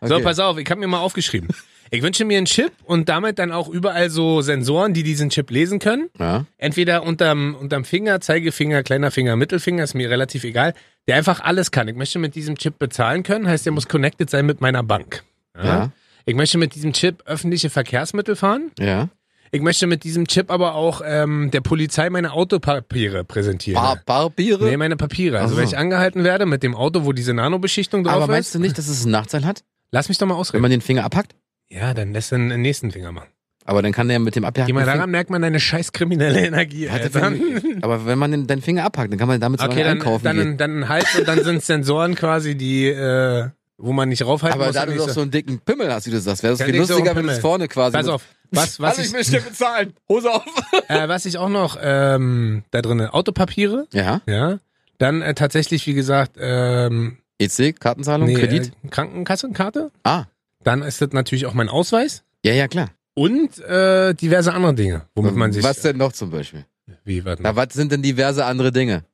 [SPEAKER 2] Okay.
[SPEAKER 1] pass auf, ich habe mir mal aufgeschrieben. Ich wünsche mir einen Chip und damit dann auch überall so Sensoren, die diesen Chip lesen können.
[SPEAKER 2] Ja.
[SPEAKER 1] Entweder unterm, unterm Finger, Zeigefinger, kleiner Finger, Mittelfinger, ist mir relativ egal. Der einfach alles kann. Ich möchte mit diesem Chip bezahlen können, heißt, der muss connected sein mit meiner Bank.
[SPEAKER 2] Ja.
[SPEAKER 1] Ich möchte mit diesem Chip öffentliche Verkehrsmittel fahren.
[SPEAKER 2] Ja.
[SPEAKER 1] Ich möchte mit diesem Chip aber auch ähm, der Polizei meine Autopapiere präsentieren.
[SPEAKER 2] Bar Barbiere?
[SPEAKER 1] Nee, meine Papiere. Also,
[SPEAKER 2] Ah. Ach so.
[SPEAKER 1] wenn ich angehalten werde mit dem Auto, wo diese Nanobeschichtung drauf
[SPEAKER 2] aber meinst
[SPEAKER 1] ist,
[SPEAKER 2] du nicht, dass es einen Nachteil hat,
[SPEAKER 1] lass mich doch mal
[SPEAKER 2] wenn
[SPEAKER 1] ausreden.
[SPEAKER 2] man den Finger abhackt?
[SPEAKER 1] ja, dann lässt er den nächsten Finger machen.
[SPEAKER 2] Aber dann kann der mit dem
[SPEAKER 1] Geh
[SPEAKER 2] abhackten
[SPEAKER 1] mal
[SPEAKER 2] Finger-
[SPEAKER 1] daran, merkt man deine scheiß kriminelle Energie.
[SPEAKER 2] Hat der
[SPEAKER 1] Alter.
[SPEAKER 2] Finger- aber wenn man den, den Finger abhackt, dann kann man damit sogar
[SPEAKER 1] Okay, dann,
[SPEAKER 2] einkaufen gehen.
[SPEAKER 1] dann, dann ein Hals und dann sind Sensoren quasi, die, äh, wo man nicht raufhalten
[SPEAKER 2] Aber
[SPEAKER 1] muss.
[SPEAKER 2] da du
[SPEAKER 1] und
[SPEAKER 2] doch
[SPEAKER 1] nicht
[SPEAKER 2] so einen dicken Pimmel hast, wie du sagst, wäre das
[SPEAKER 1] Ja,
[SPEAKER 2] viel
[SPEAKER 1] nicht so
[SPEAKER 2] lustiger,
[SPEAKER 1] ein
[SPEAKER 2] wenn es
[SPEAKER 1] Pimmel.
[SPEAKER 2] vorne quasi...
[SPEAKER 1] Pass
[SPEAKER 2] mit-
[SPEAKER 1] auf, was, was,
[SPEAKER 2] also ich
[SPEAKER 1] ich,
[SPEAKER 2] möchte bezahlen. Hose auf.
[SPEAKER 1] äh, was ich auch noch ähm, da drin, Autopapiere,
[SPEAKER 2] Ja,
[SPEAKER 1] ja. Dann äh, tatsächlich, wie gesagt, ähm,
[SPEAKER 2] EC, E Kartenzahlung,
[SPEAKER 1] nee,
[SPEAKER 2] Kredit.
[SPEAKER 1] Äh, Krankenkassenkarte.
[SPEAKER 2] Ah,
[SPEAKER 1] Dann ist das natürlich auch mein Ausweis.
[SPEAKER 2] ja, ja, klar.
[SPEAKER 1] Und äh, diverse andere Dinge, womit man sich. äh,
[SPEAKER 2] Ähm, was denn noch zum Beispiel?
[SPEAKER 1] Wie, warte mal.
[SPEAKER 2] Na, was sind denn diverse andere Dinge?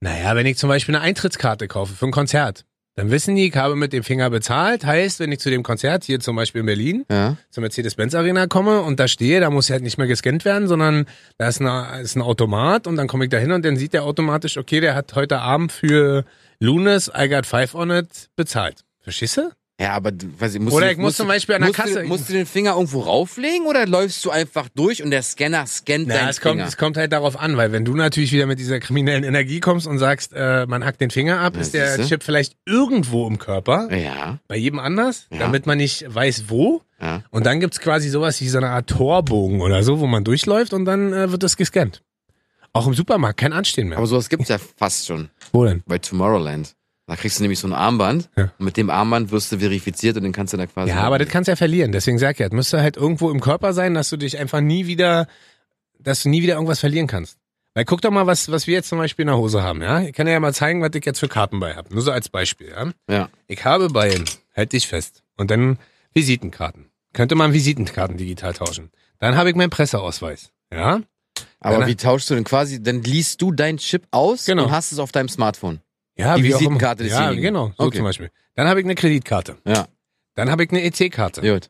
[SPEAKER 1] Naja, wenn ich zum Beispiel eine Eintrittskarte kaufe für ein Konzert, dann wissen die, ich habe mit dem Finger bezahlt. Heißt, wenn ich zu dem Konzert hier zum Beispiel in Berlin
[SPEAKER 2] Ja,
[SPEAKER 1] zur Mercedes-Benz-Arena komme und da stehe, da muss halt nicht mehr gescannt werden, sondern da ist, eine, ist ein Automat und dann komme ich da hin und dann sieht der automatisch, okay, der hat heute Abend für Lunas I Got Five On It bezahlt. Verstehst du?
[SPEAKER 2] ja aber du, weiß ich, musst
[SPEAKER 1] Oder
[SPEAKER 2] du,
[SPEAKER 1] ich muss
[SPEAKER 2] musst
[SPEAKER 1] zum
[SPEAKER 2] du-
[SPEAKER 1] Beispiel an der
[SPEAKER 2] musst
[SPEAKER 1] Kasse-
[SPEAKER 2] Du, musst du den Finger irgendwo rauflegen oder läufst du einfach durch und der Scanner scannt
[SPEAKER 1] Na,
[SPEAKER 2] deinen
[SPEAKER 1] es kommt,
[SPEAKER 2] Finger?
[SPEAKER 1] es kommt halt darauf an, weil wenn du natürlich wieder mit dieser kriminellen Energie kommst und sagst, äh, man hackt den Finger ab,
[SPEAKER 2] Ja,
[SPEAKER 1] ist der
[SPEAKER 2] siehste.
[SPEAKER 1] Chip vielleicht irgendwo im Körper,
[SPEAKER 2] Ja,
[SPEAKER 1] bei jedem anders,
[SPEAKER 2] Ja.
[SPEAKER 1] damit man nicht weiß, wo.
[SPEAKER 2] ja.
[SPEAKER 1] Und dann gibt's quasi sowas wie so eine Art Torbogen oder so, wo man durchläuft und dann äh, wird das gescannt. Auch im Supermarkt, kein Anstehen mehr.
[SPEAKER 2] Aber sowas gibt's ja fast schon
[SPEAKER 1] Wo denn?
[SPEAKER 2] bei Tomorrowland. Da kriegst du nämlich so ein Armband
[SPEAKER 1] Ja.
[SPEAKER 2] und mit dem Armband wirst du verifiziert und den kannst du da quasi.
[SPEAKER 1] Ja, aber das kannst du ja verlieren. Deswegen sag ich ja, das müsste halt irgendwo im Körper sein, dass du dich einfach nie wieder, dass du nie wieder irgendwas verlieren kannst. Weil guck doch mal, was, was wir jetzt zum Beispiel in der Hose haben, ja? Ich kann dir ja mal zeigen, was ich jetzt für Karten bei habe. Nur so als Beispiel, ja?
[SPEAKER 2] Ja.
[SPEAKER 1] Ich habe bei, halt dich fest, und dann Visitenkarten. Könnte man Visitenkarten digital tauschen. Dann habe ich meinen Presseausweis, ja?
[SPEAKER 2] Aber
[SPEAKER 1] Dann-
[SPEAKER 2] wie tauschst du denn quasi? Dann liest du deinen Chip aus
[SPEAKER 1] Genau.
[SPEAKER 2] und hast es auf deinem Smartphone.
[SPEAKER 1] Ja,
[SPEAKER 2] Die
[SPEAKER 1] wie auch immer.
[SPEAKER 2] Visitenkarte
[SPEAKER 1] Ja,
[SPEAKER 2] desjenigen.
[SPEAKER 1] genau, so
[SPEAKER 2] Okay.
[SPEAKER 1] zum Beispiel. Dann habe ich eine Kreditkarte.
[SPEAKER 2] Ja,
[SPEAKER 1] Dann habe ich eine EC-Karte.
[SPEAKER 2] gut.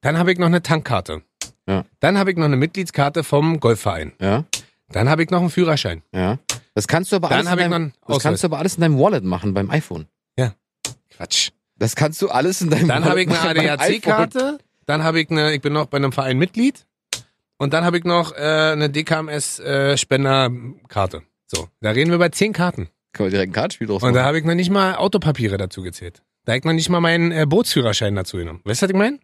[SPEAKER 1] Dann habe ich noch eine Tankkarte.
[SPEAKER 2] Ja.
[SPEAKER 1] Dann habe ich noch eine Mitgliedskarte vom Golfverein.
[SPEAKER 2] Ja,
[SPEAKER 1] Dann habe ich noch einen Führerschein.
[SPEAKER 2] ja. Das kannst du aber
[SPEAKER 1] Dann
[SPEAKER 2] alles. in
[SPEAKER 1] habe ich noch
[SPEAKER 2] deinem,
[SPEAKER 1] einen
[SPEAKER 2] das
[SPEAKER 1] Ausweis.
[SPEAKER 2] kannst du aber alles in deinem Wallet machen beim iPhone.
[SPEAKER 1] Quatsch.
[SPEAKER 2] Das kannst du alles in deinem
[SPEAKER 1] Dann habe ich eine
[SPEAKER 2] Wallet machen beim iPhone.
[SPEAKER 1] ADAC-Karte. Dann habe ich eine, ich bin noch bei einem Verein Mitglied. Und dann habe ich noch äh, eine DKMS-Spenderkarte. äh, so, da reden wir bei zehn Karten.
[SPEAKER 2] Können wir direkt ein Kartenspiel draus
[SPEAKER 1] Und da
[SPEAKER 2] machen.
[SPEAKER 1] habe ich noch nicht mal Autopapiere dazu gezählt. Da habe ich noch nicht mal meinen äh, Bootsführerschein dazu genommen. Weißt du, was ich meine?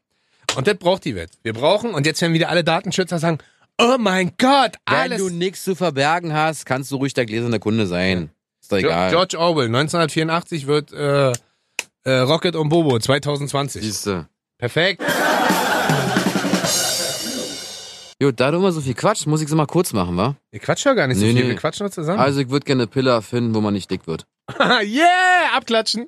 [SPEAKER 1] Und das braucht die Welt. Wir brauchen, und jetzt werden wieder alle Datenschützer sagen, oh mein Gott,
[SPEAKER 2] Wenn
[SPEAKER 1] alles
[SPEAKER 2] du nichts zu verbergen hast, kannst du ruhig der gläserne Kunde sein. Ist doch
[SPEAKER 1] Jo-
[SPEAKER 2] egal.
[SPEAKER 1] George Orwell, 1984 wird äh, äh, Rocket und Bobo 2020.
[SPEAKER 2] Siehste.
[SPEAKER 1] Perfekt.
[SPEAKER 2] Gut, da du immer so viel quatscht, muss ich es mal kurz machen, wa?
[SPEAKER 1] Ihr quatscht ja gar nicht so
[SPEAKER 2] Nee,
[SPEAKER 1] viel,
[SPEAKER 2] nee.
[SPEAKER 1] wir quatschen nur zusammen.
[SPEAKER 2] Also ich würde gerne eine Pille erfinden, wo man nicht dick wird.
[SPEAKER 1] yeah, abklatschen.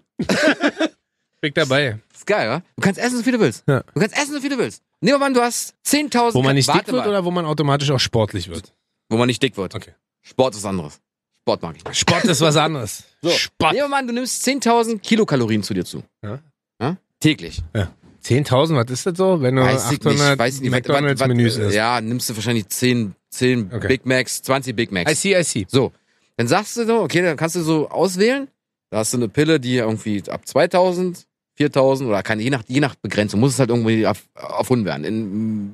[SPEAKER 1] Bin dabei.
[SPEAKER 2] Ist geil, wa? Du kannst essen, so viel du willst.
[SPEAKER 1] Ja.
[SPEAKER 2] Du kannst essen, so viel du willst. Nehmen wir mal an, du hast 10.000...
[SPEAKER 1] Wo man nicht
[SPEAKER 2] Warte
[SPEAKER 1] dick wird
[SPEAKER 2] mal.
[SPEAKER 1] oder wo man automatisch auch sportlich wird.
[SPEAKER 2] Wo man nicht dick wird.
[SPEAKER 1] Okay.
[SPEAKER 2] Sport ist was anderes. Sport mag ich. nicht.
[SPEAKER 1] Sport ist was anderes.
[SPEAKER 2] So.
[SPEAKER 1] Sport.
[SPEAKER 2] Nehmen wir mal an, du nimmst 10.000 Kilokalorien zu dir zu.
[SPEAKER 1] Ja.
[SPEAKER 2] Ja? Täglich.
[SPEAKER 1] 10.000, was ist das so? Wenn du
[SPEAKER 2] Weiß ich nicht,
[SPEAKER 1] 800
[SPEAKER 2] weiß ich nicht. was- was-
[SPEAKER 1] McDonalds-Menüs
[SPEAKER 2] was-
[SPEAKER 1] isst.
[SPEAKER 2] Ja, nimmst du wahrscheinlich 10, 10
[SPEAKER 1] Okay.
[SPEAKER 2] Big Macs, 20 Big Macs.
[SPEAKER 1] I see, I see.
[SPEAKER 2] So, dann sagst du so, okay, dann kannst du so auswählen. Da hast du eine Pille, die irgendwie ab 2000, 4000 oder kann je nach, je nach Begrenzung, muss es halt irgendwie auf, erfunden werden, in mm,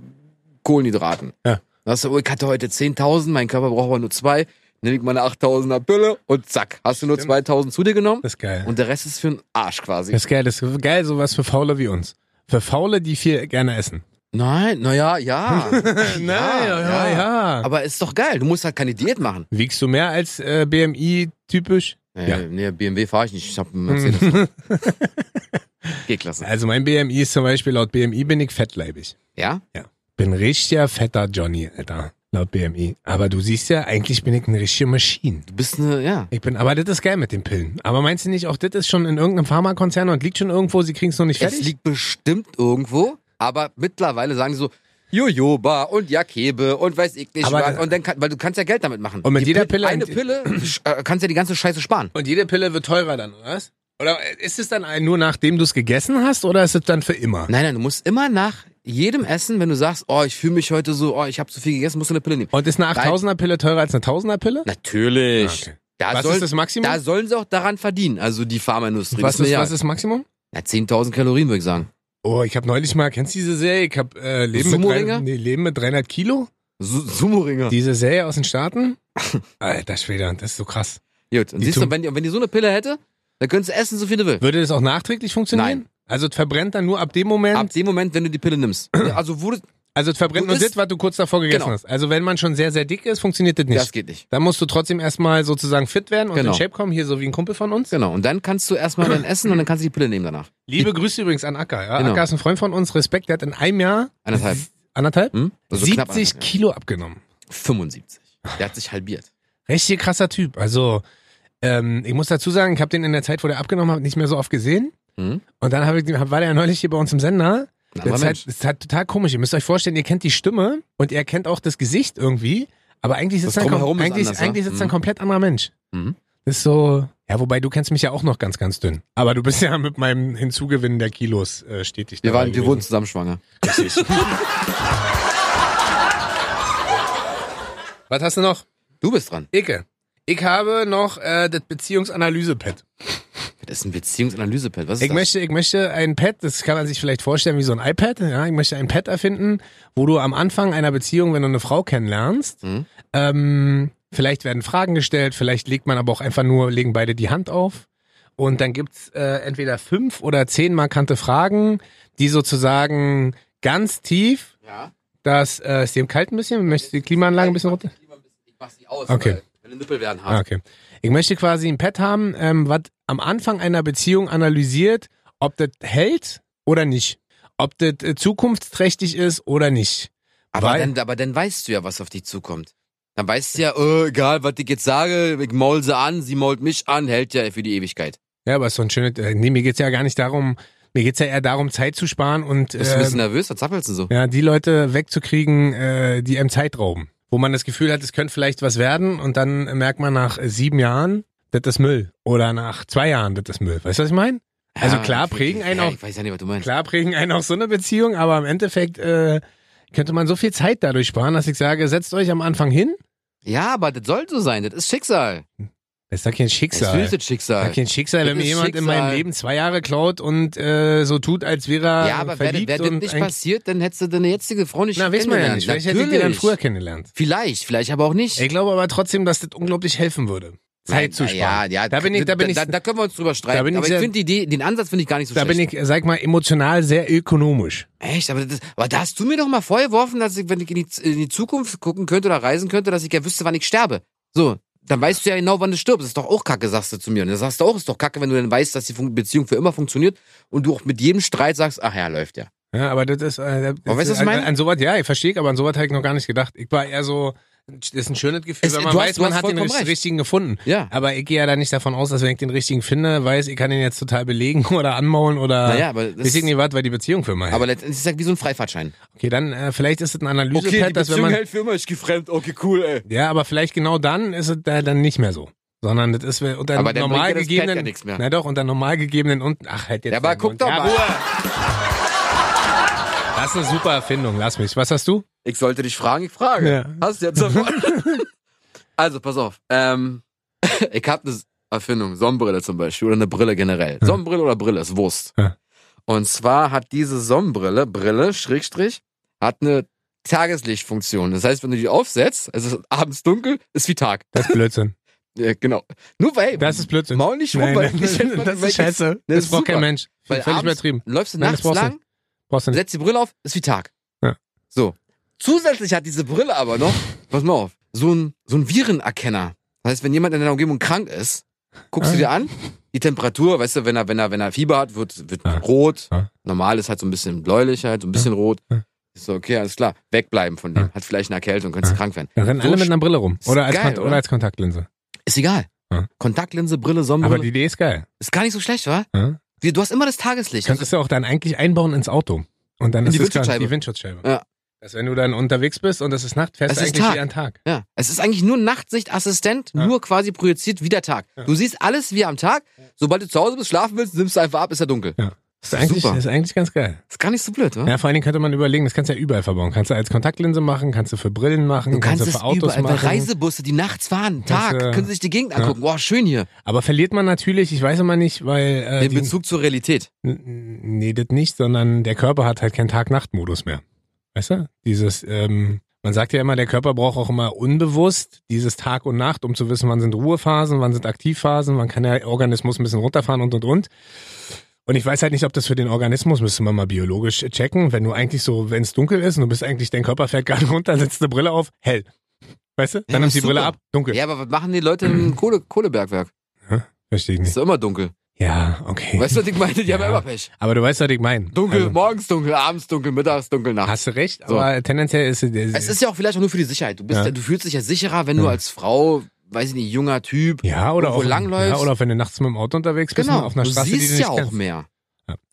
[SPEAKER 2] Kohlenhydraten.
[SPEAKER 1] Ja.
[SPEAKER 2] Dann hast du, oh, ich hatte heute 10.000, mein Körper braucht aber nur zwei. nehme ich meine 8000er Pille und zack, hast du nur 2000 zu dir genommen
[SPEAKER 1] Das ist geil.
[SPEAKER 2] und der Rest ist für den Arsch quasi.
[SPEAKER 1] Das ist geil. Das ist geil, sowas für Faule wie uns. Für Faule, die viel gerne essen.
[SPEAKER 2] Nein, naja, ja.
[SPEAKER 1] Nein, ja, ja.
[SPEAKER 2] Aber ist doch geil, du musst halt keine Diät machen.
[SPEAKER 1] Wiegst du mehr als äh, BMI-typisch?
[SPEAKER 2] Äh,
[SPEAKER 1] Ja. Hm.
[SPEAKER 2] Nee, BMW fahre ich nicht, ich habe einen Mercedes. G-Klasse.
[SPEAKER 1] Also mein BMI ist zum Beispiel, laut BMI bin ich fettleibig.
[SPEAKER 2] Ja?
[SPEAKER 1] Bin richtiger fetter Johnny, Alter. Laut BMI. Aber du siehst ja, eigentlich bin ich eine richtige Maschine.
[SPEAKER 2] Du bist eine, ja.
[SPEAKER 1] Ich bin, aber das ist geil mit den Pillen. Aber meinst du nicht, auch das ist schon in irgendeinem Pharmakonzern und liegt schon irgendwo, sie kriegen es noch nicht
[SPEAKER 2] Es
[SPEAKER 1] fertig?
[SPEAKER 2] liegt bestimmt irgendwo, aber mittlerweile sagen die so, Jojoba und Jakebe und weiß ich nicht
[SPEAKER 1] Aber
[SPEAKER 2] was.
[SPEAKER 1] das-
[SPEAKER 2] Und dann kann, weil du kannst ja Geld damit machen.
[SPEAKER 1] Und mit
[SPEAKER 2] Die
[SPEAKER 1] jeder
[SPEAKER 2] Pil-
[SPEAKER 1] Pille-
[SPEAKER 2] Eine Pille äh, kannst ja die ganze Scheiße sparen.
[SPEAKER 1] Und jede Pille wird teurer dann, oder was? Oder ist es dann ein- nur nachdem du es gegessen hast oder ist es dann für immer?
[SPEAKER 2] Nein, nein, du musst immer nach jedem Essen, wenn du sagst, oh, ich fühle mich heute so, oh, ich habe zu viel gegessen, musst du eine Pille nehmen.
[SPEAKER 1] Und ist eine 8000er Pille teurer als eine 1000er Pille?
[SPEAKER 2] Natürlich.
[SPEAKER 1] Ah, Okay.
[SPEAKER 2] Da,
[SPEAKER 1] Was
[SPEAKER 2] soll,
[SPEAKER 1] ist das Maximum?
[SPEAKER 2] da sollen sie auch daran verdienen, also die Pharmaindustrie.
[SPEAKER 1] was,
[SPEAKER 2] das
[SPEAKER 1] ist,
[SPEAKER 2] mir
[SPEAKER 1] was
[SPEAKER 2] egal.
[SPEAKER 1] ist Maximum?
[SPEAKER 2] Na, 10.000 Kalorien, würde ich sagen.
[SPEAKER 1] Oh, ich habe neulich mal, kennst du diese Serie? Ich habe äh, Leben, mit
[SPEAKER 2] Sumo-Ringer?
[SPEAKER 1] 300 nee, Leben mit 300 Kilo.
[SPEAKER 2] Su- Sumo-Ringer.
[SPEAKER 1] Diese Serie aus den Staaten. Alter Schwede, das ist so krass.
[SPEAKER 2] Gut, und
[SPEAKER 1] die
[SPEAKER 2] siehst du,
[SPEAKER 1] tun-
[SPEAKER 2] wenn, die- wenn die so eine Pille hätte, dann könntest du essen, so viel du willst.
[SPEAKER 1] Würde das auch nachträglich funktionieren?
[SPEAKER 2] Nein.
[SPEAKER 1] Also es verbrennt dann nur ab dem Moment.
[SPEAKER 2] Ab dem Moment, wenn du die Pille nimmst. Ja, Also wurde
[SPEAKER 1] also es verbrennt
[SPEAKER 2] Du
[SPEAKER 1] nur
[SPEAKER 2] isst-
[SPEAKER 1] das, was du kurz davor gegessen
[SPEAKER 2] Genau.
[SPEAKER 1] hast. Also wenn man schon sehr, sehr dick ist, funktioniert das nicht.
[SPEAKER 2] das geht nicht.
[SPEAKER 1] dann musst du trotzdem erstmal sozusagen fit werden und
[SPEAKER 2] Genau.
[SPEAKER 1] in Shape kommen, hier so wie ein Kumpel von uns.
[SPEAKER 2] Genau. Und dann kannst du erstmal dann essen und dann kannst du die Pille nehmen danach.
[SPEAKER 1] Liebe Grüße übrigens an Acker. Ja?
[SPEAKER 2] Genau.
[SPEAKER 1] Acker ist ein Freund von uns, Respekt, der hat in einem Jahr
[SPEAKER 2] Anderthalb.
[SPEAKER 1] anderthalb
[SPEAKER 2] Hm? Also knapp
[SPEAKER 1] 70
[SPEAKER 2] anderthalb,
[SPEAKER 1] Kilo abgenommen.
[SPEAKER 2] ja. 75. Der hat sich halbiert.
[SPEAKER 1] Richtig krasser Typ. Also, ähm, ich muss dazu sagen, ich habe den in der Zeit, wo der abgenommen hat, nicht mehr so oft gesehen.
[SPEAKER 2] Hm?
[SPEAKER 1] Und dann hab ich, den- hab, war der ja neulich hier bei uns im Sender.
[SPEAKER 2] Ein
[SPEAKER 1] Das
[SPEAKER 2] anderer
[SPEAKER 1] ist, halt,
[SPEAKER 2] Mensch.
[SPEAKER 1] das ist halt total komisch. Ihr müsst euch vorstellen, ihr kennt die Stimme und ihr kennt auch das Gesicht irgendwie. Aber eigentlich sitzt
[SPEAKER 2] Das
[SPEAKER 1] ein, kom-
[SPEAKER 2] Drumherum ist
[SPEAKER 1] eigentlich,
[SPEAKER 2] anders, ja?
[SPEAKER 1] eigentlich sitzt ein
[SPEAKER 2] Mhm.
[SPEAKER 1] komplett anderer Mensch.
[SPEAKER 2] Mhm.
[SPEAKER 1] Das ist so. Ja, wobei du kennst mich ja auch noch ganz, ganz dünn. Aber du bist ja mit meinem Hinzugewinnen der Kilos äh, stetig.
[SPEAKER 2] Wir,
[SPEAKER 1] dabei
[SPEAKER 2] waren, wir
[SPEAKER 1] gewesen.
[SPEAKER 2] wurden zusammen schwanger.
[SPEAKER 1] Was hast du noch?
[SPEAKER 2] Du bist dran.
[SPEAKER 1] Icke. Ich habe noch äh, das Beziehungsanalyse-Pad.
[SPEAKER 2] Das ist ein Beziehungsanalysepad. Was ist
[SPEAKER 1] Ich
[SPEAKER 2] das?
[SPEAKER 1] möchte, ich möchte ein Pad, das kann man sich vielleicht vorstellen wie so ein iPad, ja, ich möchte ein Pad erfinden, wo du am Anfang einer Beziehung, wenn du eine Frau kennenlernst,
[SPEAKER 2] Mhm.
[SPEAKER 1] ähm, vielleicht werden Fragen gestellt, vielleicht legt man aber auch einfach nur, legen beide die Hand auf. Und dann gibt's äh, entweder fünf oder zehn markante Fragen, die sozusagen ganz tief,
[SPEAKER 2] Ja.
[SPEAKER 1] das äh, ist dem kalt ein bisschen, möchtest du die Klimaanlage ein bisschen runter?
[SPEAKER 2] Ich mach sie aus.
[SPEAKER 1] Okay.
[SPEAKER 2] weil Meine Nippel werden
[SPEAKER 1] Ah,
[SPEAKER 2] hart.
[SPEAKER 1] okay. Ich möchte quasi ein Pad haben, ähm, was am Anfang einer Beziehung analysiert, ob das hält oder nicht. Ob das äh, zukunftsträchtig ist oder nicht.
[SPEAKER 2] Aber,
[SPEAKER 1] Weil-
[SPEAKER 2] dann, aber dann weißt du ja, was auf dich zukommt. Dann weißt du ja, äh, egal, was ich jetzt sage, ich maul sie an, sie mault mich an, hält ja für die Ewigkeit.
[SPEAKER 1] Ja, aber ist so ein schönes. Äh, nee, mir geht's ja gar nicht darum, mir geht's ja eher darum, Zeit zu sparen und
[SPEAKER 2] Bist du ein bisschen
[SPEAKER 1] äh,
[SPEAKER 2] nervös? Was zappelst du so?
[SPEAKER 1] ja, die Leute wegzukriegen, äh, die einem Zeit rauben. Wo man das Gefühl hat, es könnte vielleicht was werden und dann merkt man nach äh, sieben Jahren, das ist Müll. Oder nach zwei Jahren, das ist Müll. Weißt du, was ich meine? Also
[SPEAKER 2] Ja,
[SPEAKER 1] klar,
[SPEAKER 2] ich-
[SPEAKER 1] prägen einen
[SPEAKER 2] ja,
[SPEAKER 1] auch
[SPEAKER 2] Ich weiß ja nicht, was du meinst.
[SPEAKER 1] Klar prägen einen auch so eine Beziehung, aber im Endeffekt äh, könnte man so viel Zeit dadurch sparen, dass ich sage, setzt euch am Anfang hin.
[SPEAKER 2] Ja, aber das soll so sein. Das ist Schicksal.
[SPEAKER 1] Das ist doch kein
[SPEAKER 2] Das
[SPEAKER 1] Schicksal.
[SPEAKER 2] ist
[SPEAKER 1] Das
[SPEAKER 2] das
[SPEAKER 1] ist
[SPEAKER 2] Schicksal.
[SPEAKER 1] doch kein Schicksal,
[SPEAKER 2] Das
[SPEAKER 1] wenn mir
[SPEAKER 2] ist
[SPEAKER 1] jemand in
[SPEAKER 2] Schicksal.
[SPEAKER 1] meinem Leben zwei Jahre klaut und äh, so tut, als wäre er
[SPEAKER 2] Ja, aber wäre
[SPEAKER 1] verliebt
[SPEAKER 2] wär das
[SPEAKER 1] und
[SPEAKER 2] nicht
[SPEAKER 1] eigentlich-
[SPEAKER 2] passiert, dann hättest du deine jetzige Frau nicht
[SPEAKER 1] Na, weiß man ja
[SPEAKER 2] kennengelernt.
[SPEAKER 1] nicht. Vielleicht hätte ich die dann
[SPEAKER 2] Natürlich.
[SPEAKER 1] früher kennengelernt.
[SPEAKER 2] Vielleicht, vielleicht aber auch nicht.
[SPEAKER 1] Ich glaube aber trotzdem, dass das unglaublich helfen würde. Zeit zu
[SPEAKER 2] Na
[SPEAKER 1] sparen.
[SPEAKER 2] Ja, ja,
[SPEAKER 1] da bin ich, da bin ich,
[SPEAKER 2] da, da können wir uns drüber streiten.
[SPEAKER 1] Da bin ich
[SPEAKER 2] aber ich
[SPEAKER 1] sehr-
[SPEAKER 2] finde die Idee, den Ansatz finde ich gar nicht so
[SPEAKER 1] da bin
[SPEAKER 2] schlecht.
[SPEAKER 1] ich, sag mal, emotional sehr ökonomisch.
[SPEAKER 2] Echt? Aber, das, aber da hast du mir doch mal vorgeworfen, dass ich, wenn ich in die, in die Zukunft gucken könnte oder reisen könnte, dass ich ja wüsste, wann ich sterbe. So, dann weißt du ja genau, wann du stirbst. Das ist doch auch kacke, sagst du zu mir. Und dann sagst du auch, ist doch kacke, wenn du dann weißt, dass die Fun- Beziehung für immer funktioniert und du auch mit jedem Streit sagst, ach ja, läuft ja.
[SPEAKER 1] Ja, aber das ist. Äh, das
[SPEAKER 2] Aber weißt du, was ich
[SPEAKER 1] an,
[SPEAKER 2] meine?
[SPEAKER 1] an sowas, ja, ich verstehe, aber an sowas habe ich noch gar nicht gedacht. Ich war eher so, das ist ein schönes Gefühl,
[SPEAKER 2] Es-
[SPEAKER 1] wenn man
[SPEAKER 2] du hast-
[SPEAKER 1] weiß,
[SPEAKER 2] du
[SPEAKER 1] man hat
[SPEAKER 2] hast
[SPEAKER 1] den
[SPEAKER 2] vollkommen
[SPEAKER 1] richt-
[SPEAKER 2] recht.
[SPEAKER 1] richtigen gefunden.
[SPEAKER 2] Ja.
[SPEAKER 1] Aber ich gehe ja da nicht davon aus, dass wenn ich den richtigen finde, weiß, ich kann ihn jetzt total belegen oder anmaulen oder.
[SPEAKER 2] Naja, aber das-
[SPEAKER 1] Weiß ich nicht was, weil die Beziehung für immer hält.
[SPEAKER 2] Aber letztendlich ist das wie so ein Freifahrtschein.
[SPEAKER 1] Okay, dann, äh, vielleicht ist es ein Analysepad, dass wenn man.
[SPEAKER 2] für immer, ich gefremd, okay, cool, ey.
[SPEAKER 1] Ja, aber vielleicht genau dann ist es da dann nicht mehr so. Sondern das ist äh, unter
[SPEAKER 2] Aber dann
[SPEAKER 1] normal
[SPEAKER 2] bringt dir das Pad
[SPEAKER 1] gegebenen.
[SPEAKER 2] ja nichts mehr.
[SPEAKER 1] Na doch, unter normal gegebenen und. Ach, halt jetzt.
[SPEAKER 2] Ja, aber
[SPEAKER 1] deinen
[SPEAKER 2] guck
[SPEAKER 1] Mund.
[SPEAKER 2] doch
[SPEAKER 1] Ja,
[SPEAKER 2] mal.
[SPEAKER 1] Ruhe. Das ist eine super Erfindung, lass mich. Was hast du?
[SPEAKER 2] Ich sollte dich fragen, ich frage.
[SPEAKER 1] Ja.
[SPEAKER 2] Hast du jetzt sofort. also, pass auf. Ähm, ich habe eine Erfindung, Sonnenbrille zum Beispiel oder eine Brille generell. Sonnenbrille oder Brille ist Wurst.
[SPEAKER 1] Ja.
[SPEAKER 2] Und zwar hat diese Sonnenbrille, Brille, Schrägstrich, hat eine Tageslichtfunktion. Das heißt, wenn du die aufsetzt, also abends dunkel, ist wie Tag.
[SPEAKER 1] Das ist Blödsinn.
[SPEAKER 2] Ja, genau. Nur weil.
[SPEAKER 1] Das ist Blödsinn.
[SPEAKER 2] Maul nicht rum,
[SPEAKER 1] Nein,
[SPEAKER 2] weil
[SPEAKER 1] nein, nein, das ist scheiße.
[SPEAKER 2] das
[SPEAKER 1] Das
[SPEAKER 2] ist
[SPEAKER 1] braucht kein
[SPEAKER 2] super.
[SPEAKER 1] Mensch.
[SPEAKER 2] Weil
[SPEAKER 1] Völlig
[SPEAKER 2] abends
[SPEAKER 1] übertrieben.
[SPEAKER 2] Läufst du
[SPEAKER 1] Nein, das
[SPEAKER 2] nachts
[SPEAKER 1] brauchst du
[SPEAKER 2] lang,
[SPEAKER 1] Brauchst du nicht.
[SPEAKER 2] setzt die Brille auf, ist wie Tag.
[SPEAKER 1] Ja.
[SPEAKER 2] So. Zusätzlich hat diese Brille aber noch, pass mal auf, so ein, so ein Virenerkenner. Das heißt, wenn jemand in deiner Umgebung krank ist, guckst du
[SPEAKER 1] Ah.
[SPEAKER 2] dir an, die Temperatur, weißt du, wenn er, wenn er, wenn er Fieber hat, wird, wird
[SPEAKER 1] Ah.
[SPEAKER 2] rot.
[SPEAKER 1] Ah.
[SPEAKER 2] Normal ist halt so ein bisschen bläulich halt, so ein bisschen rot.
[SPEAKER 1] Ah.
[SPEAKER 2] Ist so, okay, alles klar. Wegbleiben von dem. Hat vielleicht eine Erkältung, könntest
[SPEAKER 1] Ah.
[SPEAKER 2] krank werden.
[SPEAKER 1] Da rennen
[SPEAKER 2] So
[SPEAKER 1] alle mit einer Brille rum.
[SPEAKER 2] ist
[SPEAKER 1] Oder als,
[SPEAKER 2] geil,
[SPEAKER 1] Kont
[SPEAKER 2] oder?
[SPEAKER 1] oder als Kontaktlinse.
[SPEAKER 2] Ist egal.
[SPEAKER 1] Ah.
[SPEAKER 2] Kontaktlinse, Brille,
[SPEAKER 1] Aber
[SPEAKER 2] Sonnenbrille.
[SPEAKER 1] die Idee ist geil.
[SPEAKER 2] ist gar nicht so schlecht, wa?
[SPEAKER 1] Ja?
[SPEAKER 2] Wie- Du hast immer das Tageslicht.
[SPEAKER 1] Könntest du auch dann eigentlich einbauen ins Auto. Und dann
[SPEAKER 2] In
[SPEAKER 1] ist
[SPEAKER 2] die
[SPEAKER 1] es gar-
[SPEAKER 2] Windschutzscheibe.
[SPEAKER 1] die Windschutzscheibe.
[SPEAKER 2] Ja.
[SPEAKER 1] Dass wenn du dann unterwegs bist und es ist Nacht, fährst
[SPEAKER 2] Es
[SPEAKER 1] du
[SPEAKER 2] ist
[SPEAKER 1] eigentlich
[SPEAKER 2] Tag.
[SPEAKER 1] wie an Tag.
[SPEAKER 2] Ja, es ist eigentlich nur ein Nachtsichtassistent,
[SPEAKER 1] Ja.
[SPEAKER 2] nur quasi projiziert wie der Tag.
[SPEAKER 1] Ja.
[SPEAKER 2] Du siehst alles wie am Tag. Sobald du zu Hause bist, schlafen willst, nimmst du einfach ab, ist ja dunkel.
[SPEAKER 1] Ja. Das ist eigentlich,
[SPEAKER 2] Super.
[SPEAKER 1] das ist eigentlich ganz geil.
[SPEAKER 2] Ist gar nicht so blöd, wa?
[SPEAKER 1] Ja, vor allen Dingen könnte man überlegen, das kannst du ja überall verbauen. Kannst du als Kontaktlinse machen, kannst du für Brillen machen,
[SPEAKER 2] Du kannst, es
[SPEAKER 1] du für Autos
[SPEAKER 2] überall, bei
[SPEAKER 1] machen.
[SPEAKER 2] Reisebusse, die nachts fahren, Tag,
[SPEAKER 1] äh,
[SPEAKER 2] können sie sich die Gegend angucken. Wow, schön hier.
[SPEAKER 1] Aber verliert man natürlich, ich weiß immer nicht, weil äh,
[SPEAKER 2] Den
[SPEAKER 1] die,
[SPEAKER 2] Bezug zur Realität.
[SPEAKER 1] N- Nee, das nicht, sondern der Körper hat halt keinen Tag-Nacht-Modus mehr. Weißt du? Dieses, ähm, man sagt ja immer, der Körper braucht auch immer unbewusst dieses Tag und Nacht, um zu wissen, wann sind Ruhephasen, wann sind Aktivphasen, wann kann der Organismus ein bisschen runterfahren und und und. Und ich weiß halt nicht, ob das für den Organismus, müsste man mal biologisch checken, wenn du eigentlich so, wenn es dunkel ist und du bist eigentlich, dein Körper fährt gerade runter, setzt eine Brille auf, hell. Weißt du? Dann
[SPEAKER 2] Ja,
[SPEAKER 1] nimmst du die
[SPEAKER 2] super.
[SPEAKER 1] Brille ab, dunkel.
[SPEAKER 2] Ja, aber was machen die Leute im Kohle, Kohlebergwerk?
[SPEAKER 1] Verstehe ich
[SPEAKER 2] Ist
[SPEAKER 1] nicht.
[SPEAKER 2] doch immer dunkel.
[SPEAKER 1] Ja, okay.
[SPEAKER 2] Weißt du, was ich meine? Die haben
[SPEAKER 1] Ja.
[SPEAKER 2] immer Pech.
[SPEAKER 1] Aber du weißt, was ich meine.
[SPEAKER 2] Dunkel,
[SPEAKER 1] Also,
[SPEAKER 2] morgens dunkel, abends dunkel, mittags dunkel, nachts.
[SPEAKER 1] hast du recht,
[SPEAKER 2] So.
[SPEAKER 1] aber tendenziell ist
[SPEAKER 2] Es ist ja auch vielleicht auch nur für die Sicherheit. Du, bist
[SPEAKER 1] Ja.
[SPEAKER 2] ja. du fühlst dich ja sicherer, wenn du
[SPEAKER 1] Ja.
[SPEAKER 2] als Frau, weiß ich nicht, junger Typ,
[SPEAKER 1] Ja, oder
[SPEAKER 2] irgendwo
[SPEAKER 1] auch
[SPEAKER 2] langläufst.
[SPEAKER 1] Ja, oder auch wenn du nachts mit dem Auto unterwegs bist und
[SPEAKER 2] genau,
[SPEAKER 1] auf einer
[SPEAKER 2] du
[SPEAKER 1] Straße, die
[SPEAKER 2] siehst
[SPEAKER 1] du nicht
[SPEAKER 2] ja auch
[SPEAKER 1] kennst.
[SPEAKER 2] mehr.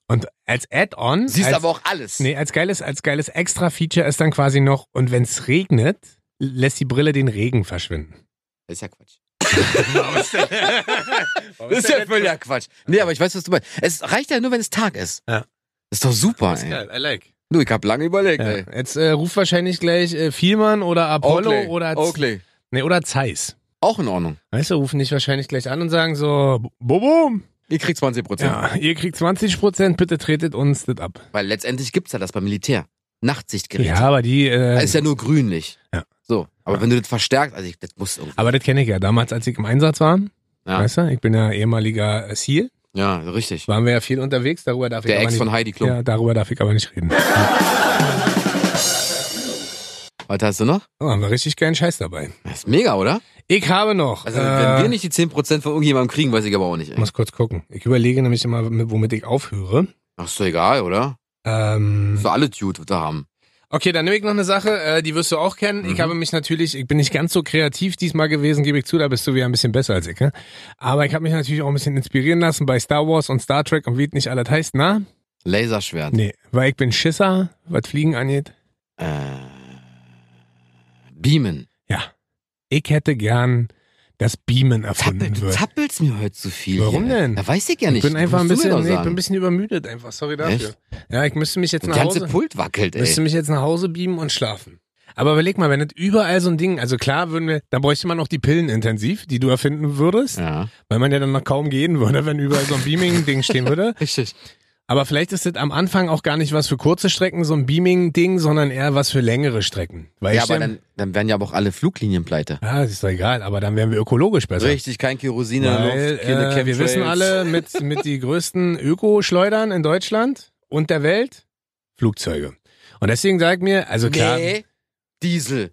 [SPEAKER 1] Und als Add-on,
[SPEAKER 2] Siehst
[SPEAKER 1] als,
[SPEAKER 2] aber auch alles.
[SPEAKER 1] nee, als geiles, als geiles extra Feature ist dann quasi noch und wenn es regnet, lässt die Brille den Regen verschwinden.
[SPEAKER 2] Das ist ja Quatsch.
[SPEAKER 1] Warum ist denn- warum
[SPEAKER 2] Das ist ja völliger Quatsch. Nee, aber ich weiß, was du meinst. Es reicht ja nur, wenn es Tag ist.
[SPEAKER 1] Ja.
[SPEAKER 2] Ist doch super,
[SPEAKER 1] Das ist
[SPEAKER 2] ey.
[SPEAKER 1] geil, I like.
[SPEAKER 2] Du, ich hab lange überlegt,
[SPEAKER 1] Ja.
[SPEAKER 2] ey.
[SPEAKER 1] Jetzt äh, ruft wahrscheinlich gleich äh, Vielmann oder Apollo
[SPEAKER 2] Oakley,
[SPEAKER 1] oder Z-
[SPEAKER 2] Oakley.
[SPEAKER 1] nee, oder Zeiss.
[SPEAKER 2] Auch in Ordnung.
[SPEAKER 1] Weißt du, rufen dich wahrscheinlich gleich an und sagen so, Bobo,
[SPEAKER 2] Ihr kriegt 20 Prozent.
[SPEAKER 1] ja, ihr kriegt 20 Prozent, bitte tretet uns das ab.
[SPEAKER 2] Weil letztendlich gibt's ja das beim Militär. Nachtsichtgerät.
[SPEAKER 1] Ja, aber die
[SPEAKER 2] Das
[SPEAKER 1] äh,
[SPEAKER 2] ist ja nur grünlich.
[SPEAKER 1] Ja.
[SPEAKER 2] So. Aber wenn du das verstärkst, also ich, das muss irgendwie.
[SPEAKER 1] Aber das kenne ich ja. Damals, als ich im Einsatz war,
[SPEAKER 2] Ja.
[SPEAKER 1] weißt du, ich bin ja ehemaliger äh, SEAL,
[SPEAKER 2] Ja, richtig.
[SPEAKER 1] waren wir ja viel unterwegs, darüber darf
[SPEAKER 2] Der
[SPEAKER 1] ich aber
[SPEAKER 2] Ex
[SPEAKER 1] nicht,
[SPEAKER 2] von Heidi Klum.
[SPEAKER 1] Ja, darüber darf ich aber nicht reden.
[SPEAKER 2] Was hast du noch?
[SPEAKER 1] Oh, haben wir richtig geilen Scheiß dabei.
[SPEAKER 2] Das ist mega, oder?
[SPEAKER 1] Ich habe noch.
[SPEAKER 2] Also,
[SPEAKER 1] äh,
[SPEAKER 2] wenn wir nicht die 10 Prozent von irgendjemandem kriegen, weiß ich aber auch nicht, ey.
[SPEAKER 1] muss kurz gucken. Ich überlege nämlich immer, mit- womit ich aufhöre.
[SPEAKER 2] Ach, ist doch egal, oder?
[SPEAKER 1] Ähm,
[SPEAKER 2] Für alle Dude, was wir haben.
[SPEAKER 1] okay, dann nehme ich noch eine Sache, äh, die wirst du auch kennen. Ich
[SPEAKER 2] Mhm.
[SPEAKER 1] habe mich natürlich, ich bin nicht ganz so kreativ diesmal gewesen, gebe ich zu, da bist du wieder ein bisschen besser als ich. Ne? Aber ich habe mich natürlich auch ein bisschen inspirieren lassen bei Star Wars und Star Trek und wie es nicht alles heißt. Na?
[SPEAKER 2] Laserschwert.
[SPEAKER 1] Nee, weil ich bin Schisser, was Fliegen angeht.
[SPEAKER 2] Äh, beamen.
[SPEAKER 1] Ja. Ich hätte gern, dass Beamen erfunden
[SPEAKER 2] Zappel, du
[SPEAKER 1] wird.
[SPEAKER 2] zappelst mir heute zu viel.
[SPEAKER 1] Warum
[SPEAKER 2] hier.
[SPEAKER 1] denn?
[SPEAKER 2] Da weiß ich ja
[SPEAKER 1] Ich
[SPEAKER 2] nicht.
[SPEAKER 1] bin einfach ein
[SPEAKER 2] Musst du mir
[SPEAKER 1] bisschen,
[SPEAKER 2] doch
[SPEAKER 1] nee, ich
[SPEAKER 2] sagen.
[SPEAKER 1] bin ein bisschen übermüdet einfach. Sorry dafür.
[SPEAKER 2] Echt?
[SPEAKER 1] Ja, ich müsste mich jetzt
[SPEAKER 2] Das
[SPEAKER 1] nach
[SPEAKER 2] ganze
[SPEAKER 1] Hause,
[SPEAKER 2] Pult wackelt, ey.
[SPEAKER 1] müsste mich jetzt nach Hause beamen und schlafen. Aber überleg mal, wenn das überall so ein Ding, also klar würden wir, dann bräuchte man noch die Pillen intensiv, die du erfinden würdest,
[SPEAKER 2] Ja,
[SPEAKER 1] weil man ja dann noch kaum gehen würde, wenn überall so ein Beaming-Ding stehen würde.
[SPEAKER 2] richtig.
[SPEAKER 1] Aber vielleicht ist das am Anfang auch gar nicht was für kurze Strecken, so ein Beaming-Ding, sondern eher was für längere Strecken. Weil
[SPEAKER 2] Ja,
[SPEAKER 1] ich
[SPEAKER 2] aber
[SPEAKER 1] stell-
[SPEAKER 2] dann, dann werden ja aber auch alle Fluglinien pleite.
[SPEAKER 1] ja, ist doch egal, aber dann wären wir ökologisch besser.
[SPEAKER 2] Richtig, kein Kerosin in der
[SPEAKER 1] Also. Weil,
[SPEAKER 2] Luft, keine
[SPEAKER 1] äh, wir
[SPEAKER 2] Chemtrails.
[SPEAKER 1] wissen alle, mit, mit die größten Ökoschleudern in Deutschland und der Welt, Flugzeuge. Und deswegen sag ich mir, also klar,
[SPEAKER 2] Nee, Diesel.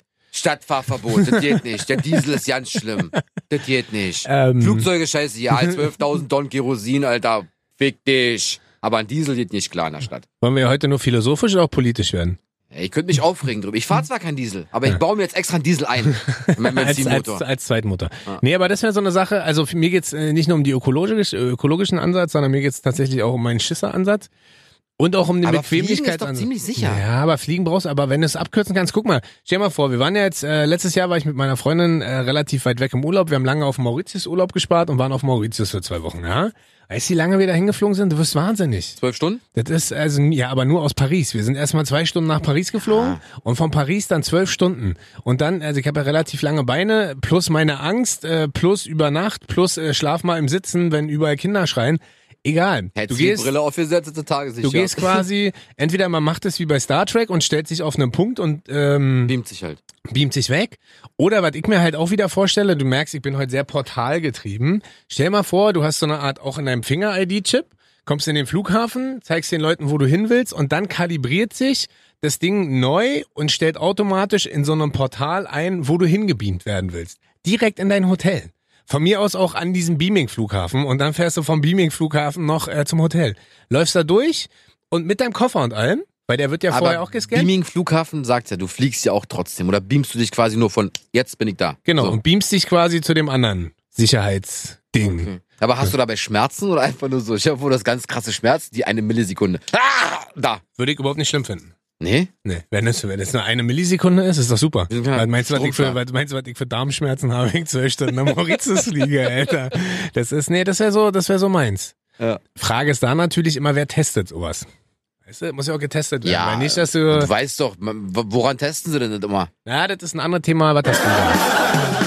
[SPEAKER 2] Stadtfahrverbot, das geht nicht. Der Diesel ist ganz schlimm. Das geht nicht.
[SPEAKER 1] Ähm.
[SPEAKER 2] Flugzeuge scheiße, ja, 12.000 Tonnen Kerosin, Alter. Fick dich. Aber ein Diesel geht nicht klar in der Stadt.
[SPEAKER 1] wollen wir heute nur philosophisch oder auch politisch werden?
[SPEAKER 2] Ey, Ich könnte mich aufregen drüber. Ich fahre zwar keinen Diesel, aber ich baue mir jetzt extra einen Diesel ein. Mit meinem
[SPEAKER 1] Als, als,
[SPEAKER 2] Benzinmotor.
[SPEAKER 1] als Zweitmutter.
[SPEAKER 2] Ja.
[SPEAKER 1] Nee, aber das wäre so eine Sache, also für mir geht's äh, nicht nur um die ökologisch, äh, ökologischen Ansatz, sondern mir geht's tatsächlich auch um meinen Schisser-Ansatz. Und auch um den
[SPEAKER 2] Aber Fliegen ist doch
[SPEAKER 1] Bequemlichkeitsansatz.
[SPEAKER 2] ziemlich sicher.
[SPEAKER 1] Ja, aber fliegen brauchst du, aber wenn du es abkürzen kannst, guck mal, stell mal vor, wir waren ja jetzt, äh, letztes Jahr war ich mit meiner Freundin äh, relativ weit weg im Urlaub, wir haben lange auf Mauritius Urlaub gespart und waren auf Mauritius für zwei Wochen, ja? Weißt du, wie lange wir da hingeflogen sind? Du wirst wahnsinnig.
[SPEAKER 2] Zwölf Stunden?
[SPEAKER 1] Das ist also, ja, aber nur aus Paris. Wir sind erstmal zwei Stunden nach Paris geflogen und von Paris dann zwölf Stunden. Und dann, also ich habe ja relativ lange Beine, plus meine Angst, äh, plus über Nacht, plus äh, schlaf mal im Sitzen, wenn überall Kinder schreien. Egal.
[SPEAKER 2] Hättest
[SPEAKER 1] du
[SPEAKER 2] die
[SPEAKER 1] gehst,
[SPEAKER 2] Brille aufgesetzt, hätte Tageslicht.
[SPEAKER 1] du gehst quasi, entweder man macht es wie bei Star Trek und stellt sich auf einen Punkt und ähm,
[SPEAKER 2] Beamt sich halt.
[SPEAKER 1] beamt sich weg. Oder was ich mir halt auch wieder vorstelle, du merkst, ich bin heute sehr portalgetrieben. Stell mal vor, du hast so eine Art auch in deinem Finger-ID-Chip, kommst in den Flughafen, zeigst den Leuten, wo du hin willst und dann kalibriert sich das Ding neu und stellt automatisch in so einem Portal ein, wo du hingebeamt werden willst. Direkt in dein Hotel. Von mir aus auch an diesem Beaming-Flughafen und dann fährst du vom Beaming-Flughafen noch äh, zum Hotel. Läufst da durch und mit deinem Koffer und allem, weil der wird ja vorher auch gescannt.
[SPEAKER 2] Beaming Flughafen sagt ja, du fliegst ja auch trotzdem. Oder beamst du dich quasi nur von, jetzt bin ich da.
[SPEAKER 1] Genau,
[SPEAKER 2] So.
[SPEAKER 1] und beamst dich quasi zu dem anderen Sicherheitsding.
[SPEAKER 2] Okay. Aber hast du dabei Schmerzen oder einfach nur so? Ich habe wohl das ganz krasse Schmerz, die eine Millisekunde. Ah, da.
[SPEAKER 1] Würde ich überhaupt nicht schlimm finden.
[SPEAKER 2] Nee?
[SPEAKER 1] Nee, wenn es, wenn es nur eine Millisekunde ist, ist doch super.
[SPEAKER 2] Wir sind ja
[SPEAKER 1] Was meinst, du, was ich für,
[SPEAKER 2] Stromschlag.
[SPEAKER 1] was meinst du, was ich für Darmschmerzen habe, wenn ich zwölf Stunden am Mauritius liege, Alter? Das ist, nee, das wäre so, das wäre so meins.
[SPEAKER 2] Ja.
[SPEAKER 1] Frage ist da natürlich immer, wer testet sowas? Weißt du, muss ja auch getestet werden.
[SPEAKER 2] Ja,
[SPEAKER 1] weil nicht, dass du,
[SPEAKER 2] Du weißt doch, man- w- woran testen sie denn das immer?
[SPEAKER 1] na, das ist ein anderes Thema, was das wieder.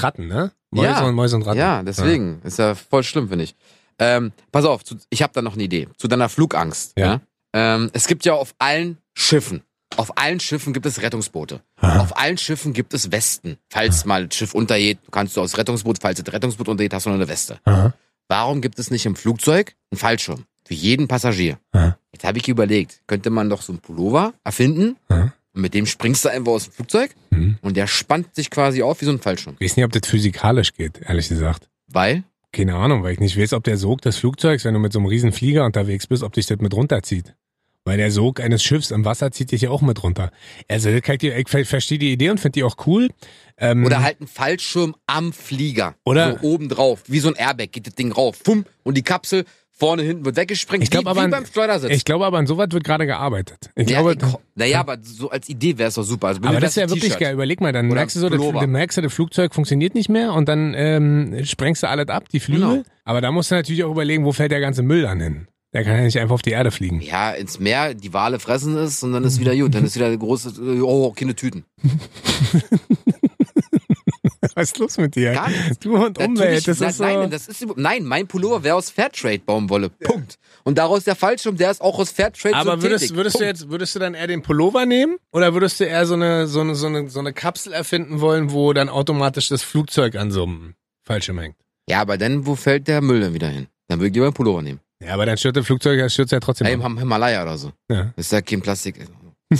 [SPEAKER 1] Ratten, ne? Mäuse,
[SPEAKER 2] Ja.
[SPEAKER 1] und, Mäuse und Ratten.
[SPEAKER 2] Ja, deswegen. Ist ja voll schlimm, finde ich. Ähm, pass auf, zu, ich habe da noch eine Idee. Zu deiner Flugangst.
[SPEAKER 1] Ja.
[SPEAKER 2] Ja. Ähm, es gibt ja auf allen Schiffen, auf allen Schiffen gibt es Rettungsboote. Auf allen Schiffen gibt es Westen. Falls mal das Schiff untergeht, kannst du aus Rettungsboot, falls das Rettungsboot untergeht, hast du noch eine Weste.
[SPEAKER 1] Aha.
[SPEAKER 2] Warum gibt es nicht im Flugzeug einen Fallschirm? Für jeden Passagier.
[SPEAKER 1] Aha.
[SPEAKER 2] Jetzt habe ich überlegt, könnte man doch so einen Pullover erfinden
[SPEAKER 1] Aha.
[SPEAKER 2] und mit dem springst du einfach aus dem Flugzeug
[SPEAKER 1] Mhm.
[SPEAKER 2] und der spannt sich quasi auf wie so ein Fallschirm.
[SPEAKER 1] Ich weiß nicht, ob das physikalisch geht, ehrlich gesagt.
[SPEAKER 2] Weil
[SPEAKER 1] Keine Ahnung, weil ich nicht weiß, ob der Sog des Flugzeugs, wenn du mit so einem riesen Flieger unterwegs bist, ob dich das mit runterzieht. Weil der Sog eines Schiffs im Wasser zieht dich ja auch mit runter. Also das kann ich, dir- ich ver- verstehe die Idee und finde die auch cool. Ähm,
[SPEAKER 2] Oder halt ein Fallschirm am Flieger.
[SPEAKER 1] Oder-
[SPEAKER 2] So oben drauf. Wie so ein Airbag geht das Ding rauf. Pum. Und die Kapsel vorne hinten wird weggesprengt.
[SPEAKER 1] Ich glaub
[SPEAKER 2] wie,
[SPEAKER 1] aber
[SPEAKER 2] wie
[SPEAKER 1] an-
[SPEAKER 2] beim Schleudersitz.
[SPEAKER 1] ich glaube aber an sowas wird gerade gearbeitet. Ich
[SPEAKER 2] Also ja,
[SPEAKER 1] glaube,
[SPEAKER 2] ich, naja, aber so als Idee wäre es doch super. Also bei mir
[SPEAKER 1] aber das
[SPEAKER 2] wär's
[SPEAKER 1] wäre
[SPEAKER 2] ein
[SPEAKER 1] wirklich
[SPEAKER 2] T-Shirt.
[SPEAKER 1] geil. Überleg mal, dann
[SPEAKER 2] Oder
[SPEAKER 1] merkst du so, das,
[SPEAKER 2] Pullover.
[SPEAKER 1] dann merkst du, das Flugzeug funktioniert nicht mehr und dann ähm, sprengst du alles ab, die Flügel.
[SPEAKER 2] Genau.
[SPEAKER 1] Aber da musst du natürlich auch überlegen, wo fällt der ganze Müll dann hin? Der kann ja nicht einfach auf die Erde fliegen.
[SPEAKER 2] Ja, ins Meer, die Wale fressen es und dann ist wieder gut. Dann ist wieder große, oh, keine Tüten.
[SPEAKER 1] Was ist los mit dir?
[SPEAKER 2] Gar nichts.
[SPEAKER 1] Du und Umwelt,
[SPEAKER 2] Natürlich-
[SPEAKER 1] das
[SPEAKER 2] nein,
[SPEAKER 1] ist so.
[SPEAKER 2] nein, das ist, überhaupt- nein, mein Pullover wäre aus Fairtrade-Baumwolle. Punkt. Und daraus der Fallschirm, der ist auch aus Fairtrade.
[SPEAKER 1] Aber würdest,
[SPEAKER 2] Synthetik.
[SPEAKER 1] würdest du
[SPEAKER 2] Punkt.
[SPEAKER 1] jetzt, würdest du dann eher den Pullover nehmen oder würdest du eher so eine, so eine, so eine, so eine Kapsel erfinden wollen, wo dann automatisch das Flugzeug an so einem Fallschirm hängt?
[SPEAKER 2] Ja, aber dann, wo fällt der Müll dann wieder hin? Dann würde ich lieber einen Pullover nehmen.
[SPEAKER 1] Ja, aber dann stürzt das Flugzeug, das stürzt ja trotzdem.
[SPEAKER 2] Ey,
[SPEAKER 1] ab. ne?
[SPEAKER 2] im Himalaya oder so.
[SPEAKER 1] Ja.
[SPEAKER 2] Ist ja kein Plastik.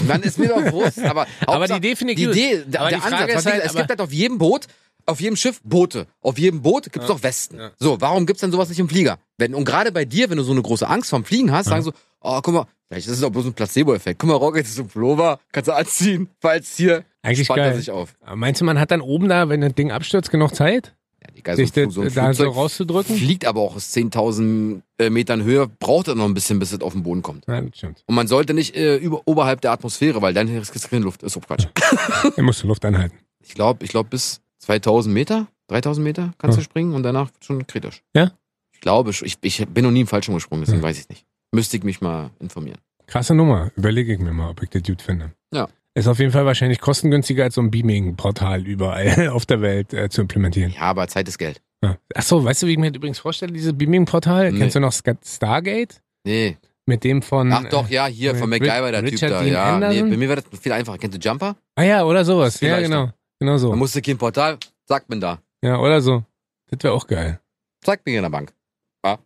[SPEAKER 2] Man ist mir doch bewusst, aber,
[SPEAKER 1] aber die
[SPEAKER 2] Hauptsache-
[SPEAKER 1] Idee finde ich
[SPEAKER 2] die
[SPEAKER 1] gut.
[SPEAKER 2] Idee, der,
[SPEAKER 1] Aber
[SPEAKER 2] der
[SPEAKER 1] die Frage ist
[SPEAKER 2] Ansatz, weil wie
[SPEAKER 1] halt,
[SPEAKER 2] gesagt, es
[SPEAKER 1] aber-
[SPEAKER 2] gibt halt auf jedem Boot, auf jedem Schiff Boote. Auf jedem Boot gibt es doch Westen.
[SPEAKER 1] Ja.
[SPEAKER 2] So, warum gibt's denn sowas nicht im Flieger? Wenn, und gerade bei dir, wenn du so eine große Angst vorm Fliegen hast, sagen so, oh, guck mal, vielleicht ist es doch bloß ein Placebo-Effekt. Guck mal, Rock, jetzt ist ein Pullover, kannst du anziehen, falls hier
[SPEAKER 1] Eigentlich
[SPEAKER 2] spannt er
[SPEAKER 1] geil.
[SPEAKER 2] sich auf.
[SPEAKER 1] Aber Meinst du, man hat dann oben da, wenn das Ding abstürzt, genug Zeit,
[SPEAKER 2] Ja, Digga,
[SPEAKER 1] sich
[SPEAKER 2] Flug-
[SPEAKER 1] das da so
[SPEAKER 2] Flugzeug
[SPEAKER 1] rauszudrücken?
[SPEAKER 2] fliegt aber auch aus 10.000 äh, Metern Höhe, braucht er noch ein bisschen, bis es auf den Boden kommt.
[SPEAKER 1] Ja, das stimmt.
[SPEAKER 2] Und man sollte nicht äh, über, oberhalb der Atmosphäre, weil dann riskierst du keine Luft. Ist doch Quatsch.
[SPEAKER 1] Er muss die Luft anhalten.
[SPEAKER 2] Ich glaube, ich glaube bis 2000 Meter, 3000 Meter kannst du springen und danach wird schon kritisch.
[SPEAKER 1] Ja?
[SPEAKER 2] Ich glaube, schon. ich, ich bin noch nie im Fallschirm gesprungen, deswegen
[SPEAKER 1] Hm.
[SPEAKER 2] weiß ich nicht. Müsste ich mich mal informieren.
[SPEAKER 1] Krasse Nummer. Überlege ich mir mal, ob ich das gut finde.
[SPEAKER 2] Ja.
[SPEAKER 1] Ist auf jeden Fall wahrscheinlich kostengünstiger als so ein Beaming-Portal überall auf der Welt äh, zu implementieren.
[SPEAKER 2] Ja, aber Zeit ist Geld.
[SPEAKER 1] Ja. Ach so, weißt du, wie ich mir das übrigens vorstelle, dieses Beaming-Portal?
[SPEAKER 2] Nee.
[SPEAKER 1] Kennst du noch Sca- Stargate?
[SPEAKER 2] Nee.
[SPEAKER 1] Mit dem von.
[SPEAKER 2] Ach doch, ja, hier
[SPEAKER 1] äh,
[SPEAKER 2] von
[SPEAKER 1] Rich-
[SPEAKER 2] MacGyver, der
[SPEAKER 1] Richard
[SPEAKER 2] Typ da.
[SPEAKER 1] Dean
[SPEAKER 2] Ja, nee,
[SPEAKER 1] Anderson?
[SPEAKER 2] bei mir wäre das viel einfacher. Kennt du Jumper?
[SPEAKER 1] Ah ja, oder sowas.
[SPEAKER 2] Viel
[SPEAKER 1] Ja,
[SPEAKER 2] leichter.
[SPEAKER 1] genau. Genau
[SPEAKER 2] Man
[SPEAKER 1] so.
[SPEAKER 2] musste kein Portal, sagt man da.
[SPEAKER 1] Ja, oder so. Das wäre auch geil.
[SPEAKER 2] Sagt mir in der Bank.
[SPEAKER 1] Was?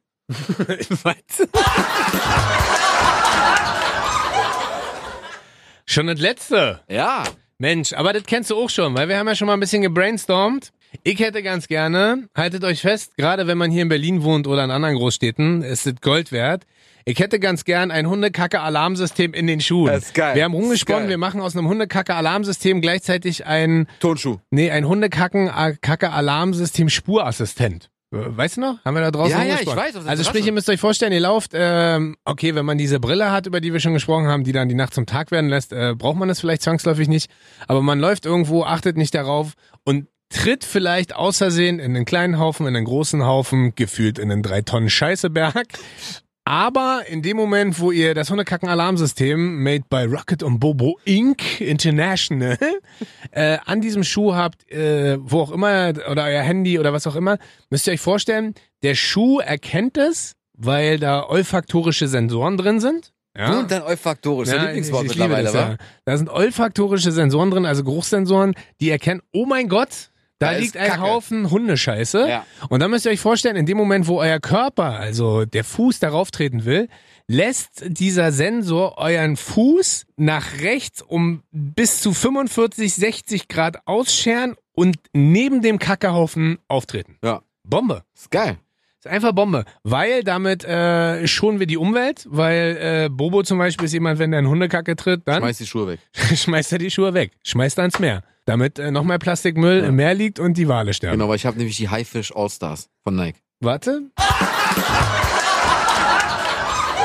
[SPEAKER 1] schon das letzte.
[SPEAKER 2] Ja.
[SPEAKER 1] Mensch, aber das kennst du auch schon, weil wir haben ja schon mal ein bisschen gebrainstormt. Ich hätte ganz gerne, haltet euch fest, gerade wenn man hier in Berlin wohnt oder in anderen Großstädten, ist das Gold wert. Ich hätte ganz gern ein Hundekacke-Alarmsystem in den Schuhen.
[SPEAKER 2] Das ist geil.
[SPEAKER 1] Wir haben
[SPEAKER 2] Das ist
[SPEAKER 1] rumgesponnen,
[SPEAKER 2] geil.
[SPEAKER 1] wir machen aus einem Hundekacke-Alarmsystem gleichzeitig ein
[SPEAKER 2] Tonschuh.
[SPEAKER 1] Nee, ein Hundekacken-Kacke-Alarmsystem Spurassistent. Äh, Weißt du noch? Haben wir da draußen
[SPEAKER 2] Ja, ja,
[SPEAKER 1] rumgesprochen?
[SPEAKER 2] ich weiß, auf der
[SPEAKER 1] Also sprich,
[SPEAKER 2] Terrasse.
[SPEAKER 1] ihr müsst euch vorstellen, ihr lauft, ähm, okay, wenn man diese Brille hat, über die wir schon gesprochen haben, die dann die Nacht zum Tag werden lässt, äh, braucht man das vielleicht zwangsläufig nicht. Aber man läuft irgendwo, achtet nicht darauf und tritt vielleicht außersehen in einen kleinen Haufen, in einen großen Haufen, gefühlt in einen drei Tonnen Scheißeberg. Aber in dem Moment, wo ihr das Hundekacken-Alarmsystem made by Rocket und Bobo Inc. International äh, an diesem Schuh habt, äh, wo auch immer, oder euer Handy oder was auch immer, müsst ihr euch vorstellen, der Schuh erkennt es, weil da olfaktorische Sensoren drin sind. Ja.
[SPEAKER 2] Und dann olfaktorisch,
[SPEAKER 1] Ah. Ja,
[SPEAKER 2] dein Lieblingswort
[SPEAKER 1] ich- ich liebe
[SPEAKER 2] mittlerweile,
[SPEAKER 1] das,
[SPEAKER 2] wa?
[SPEAKER 1] ja. Da sind olfaktorische Sensoren drin, also Geruchssensoren, die erkennen, oh mein Gott, da,
[SPEAKER 2] Da ist
[SPEAKER 1] liegt ein
[SPEAKER 2] Kacke.
[SPEAKER 1] Haufen Hundescheiße.
[SPEAKER 2] Ja.
[SPEAKER 1] Und dann müsst ihr euch vorstellen, in dem Moment, wo euer Körper, also der Fuß darauf treten will, lässt dieser Sensor euren Fuß nach rechts um bis zu 45, 60 Grad ausscheren und neben dem Kackehaufen auftreten.
[SPEAKER 2] Ja.
[SPEAKER 1] Bombe.
[SPEAKER 2] Ist geil.
[SPEAKER 1] Ist einfach Bombe, weil damit äh, schonen wir die Umwelt, weil äh, Bobo zum Beispiel ist jemand, wenn der in Hundekacke tritt, dann
[SPEAKER 2] Schmeiß die Schuhe weg.
[SPEAKER 1] schmeißt er die Schuhe weg, schmeißt er ins Meer, damit äh, noch mehr Plastikmüll im Meer liegt und die Wale sterben.
[SPEAKER 2] Genau, weil ich habe nämlich die Highfish All-Stars von Nike.
[SPEAKER 1] Warte.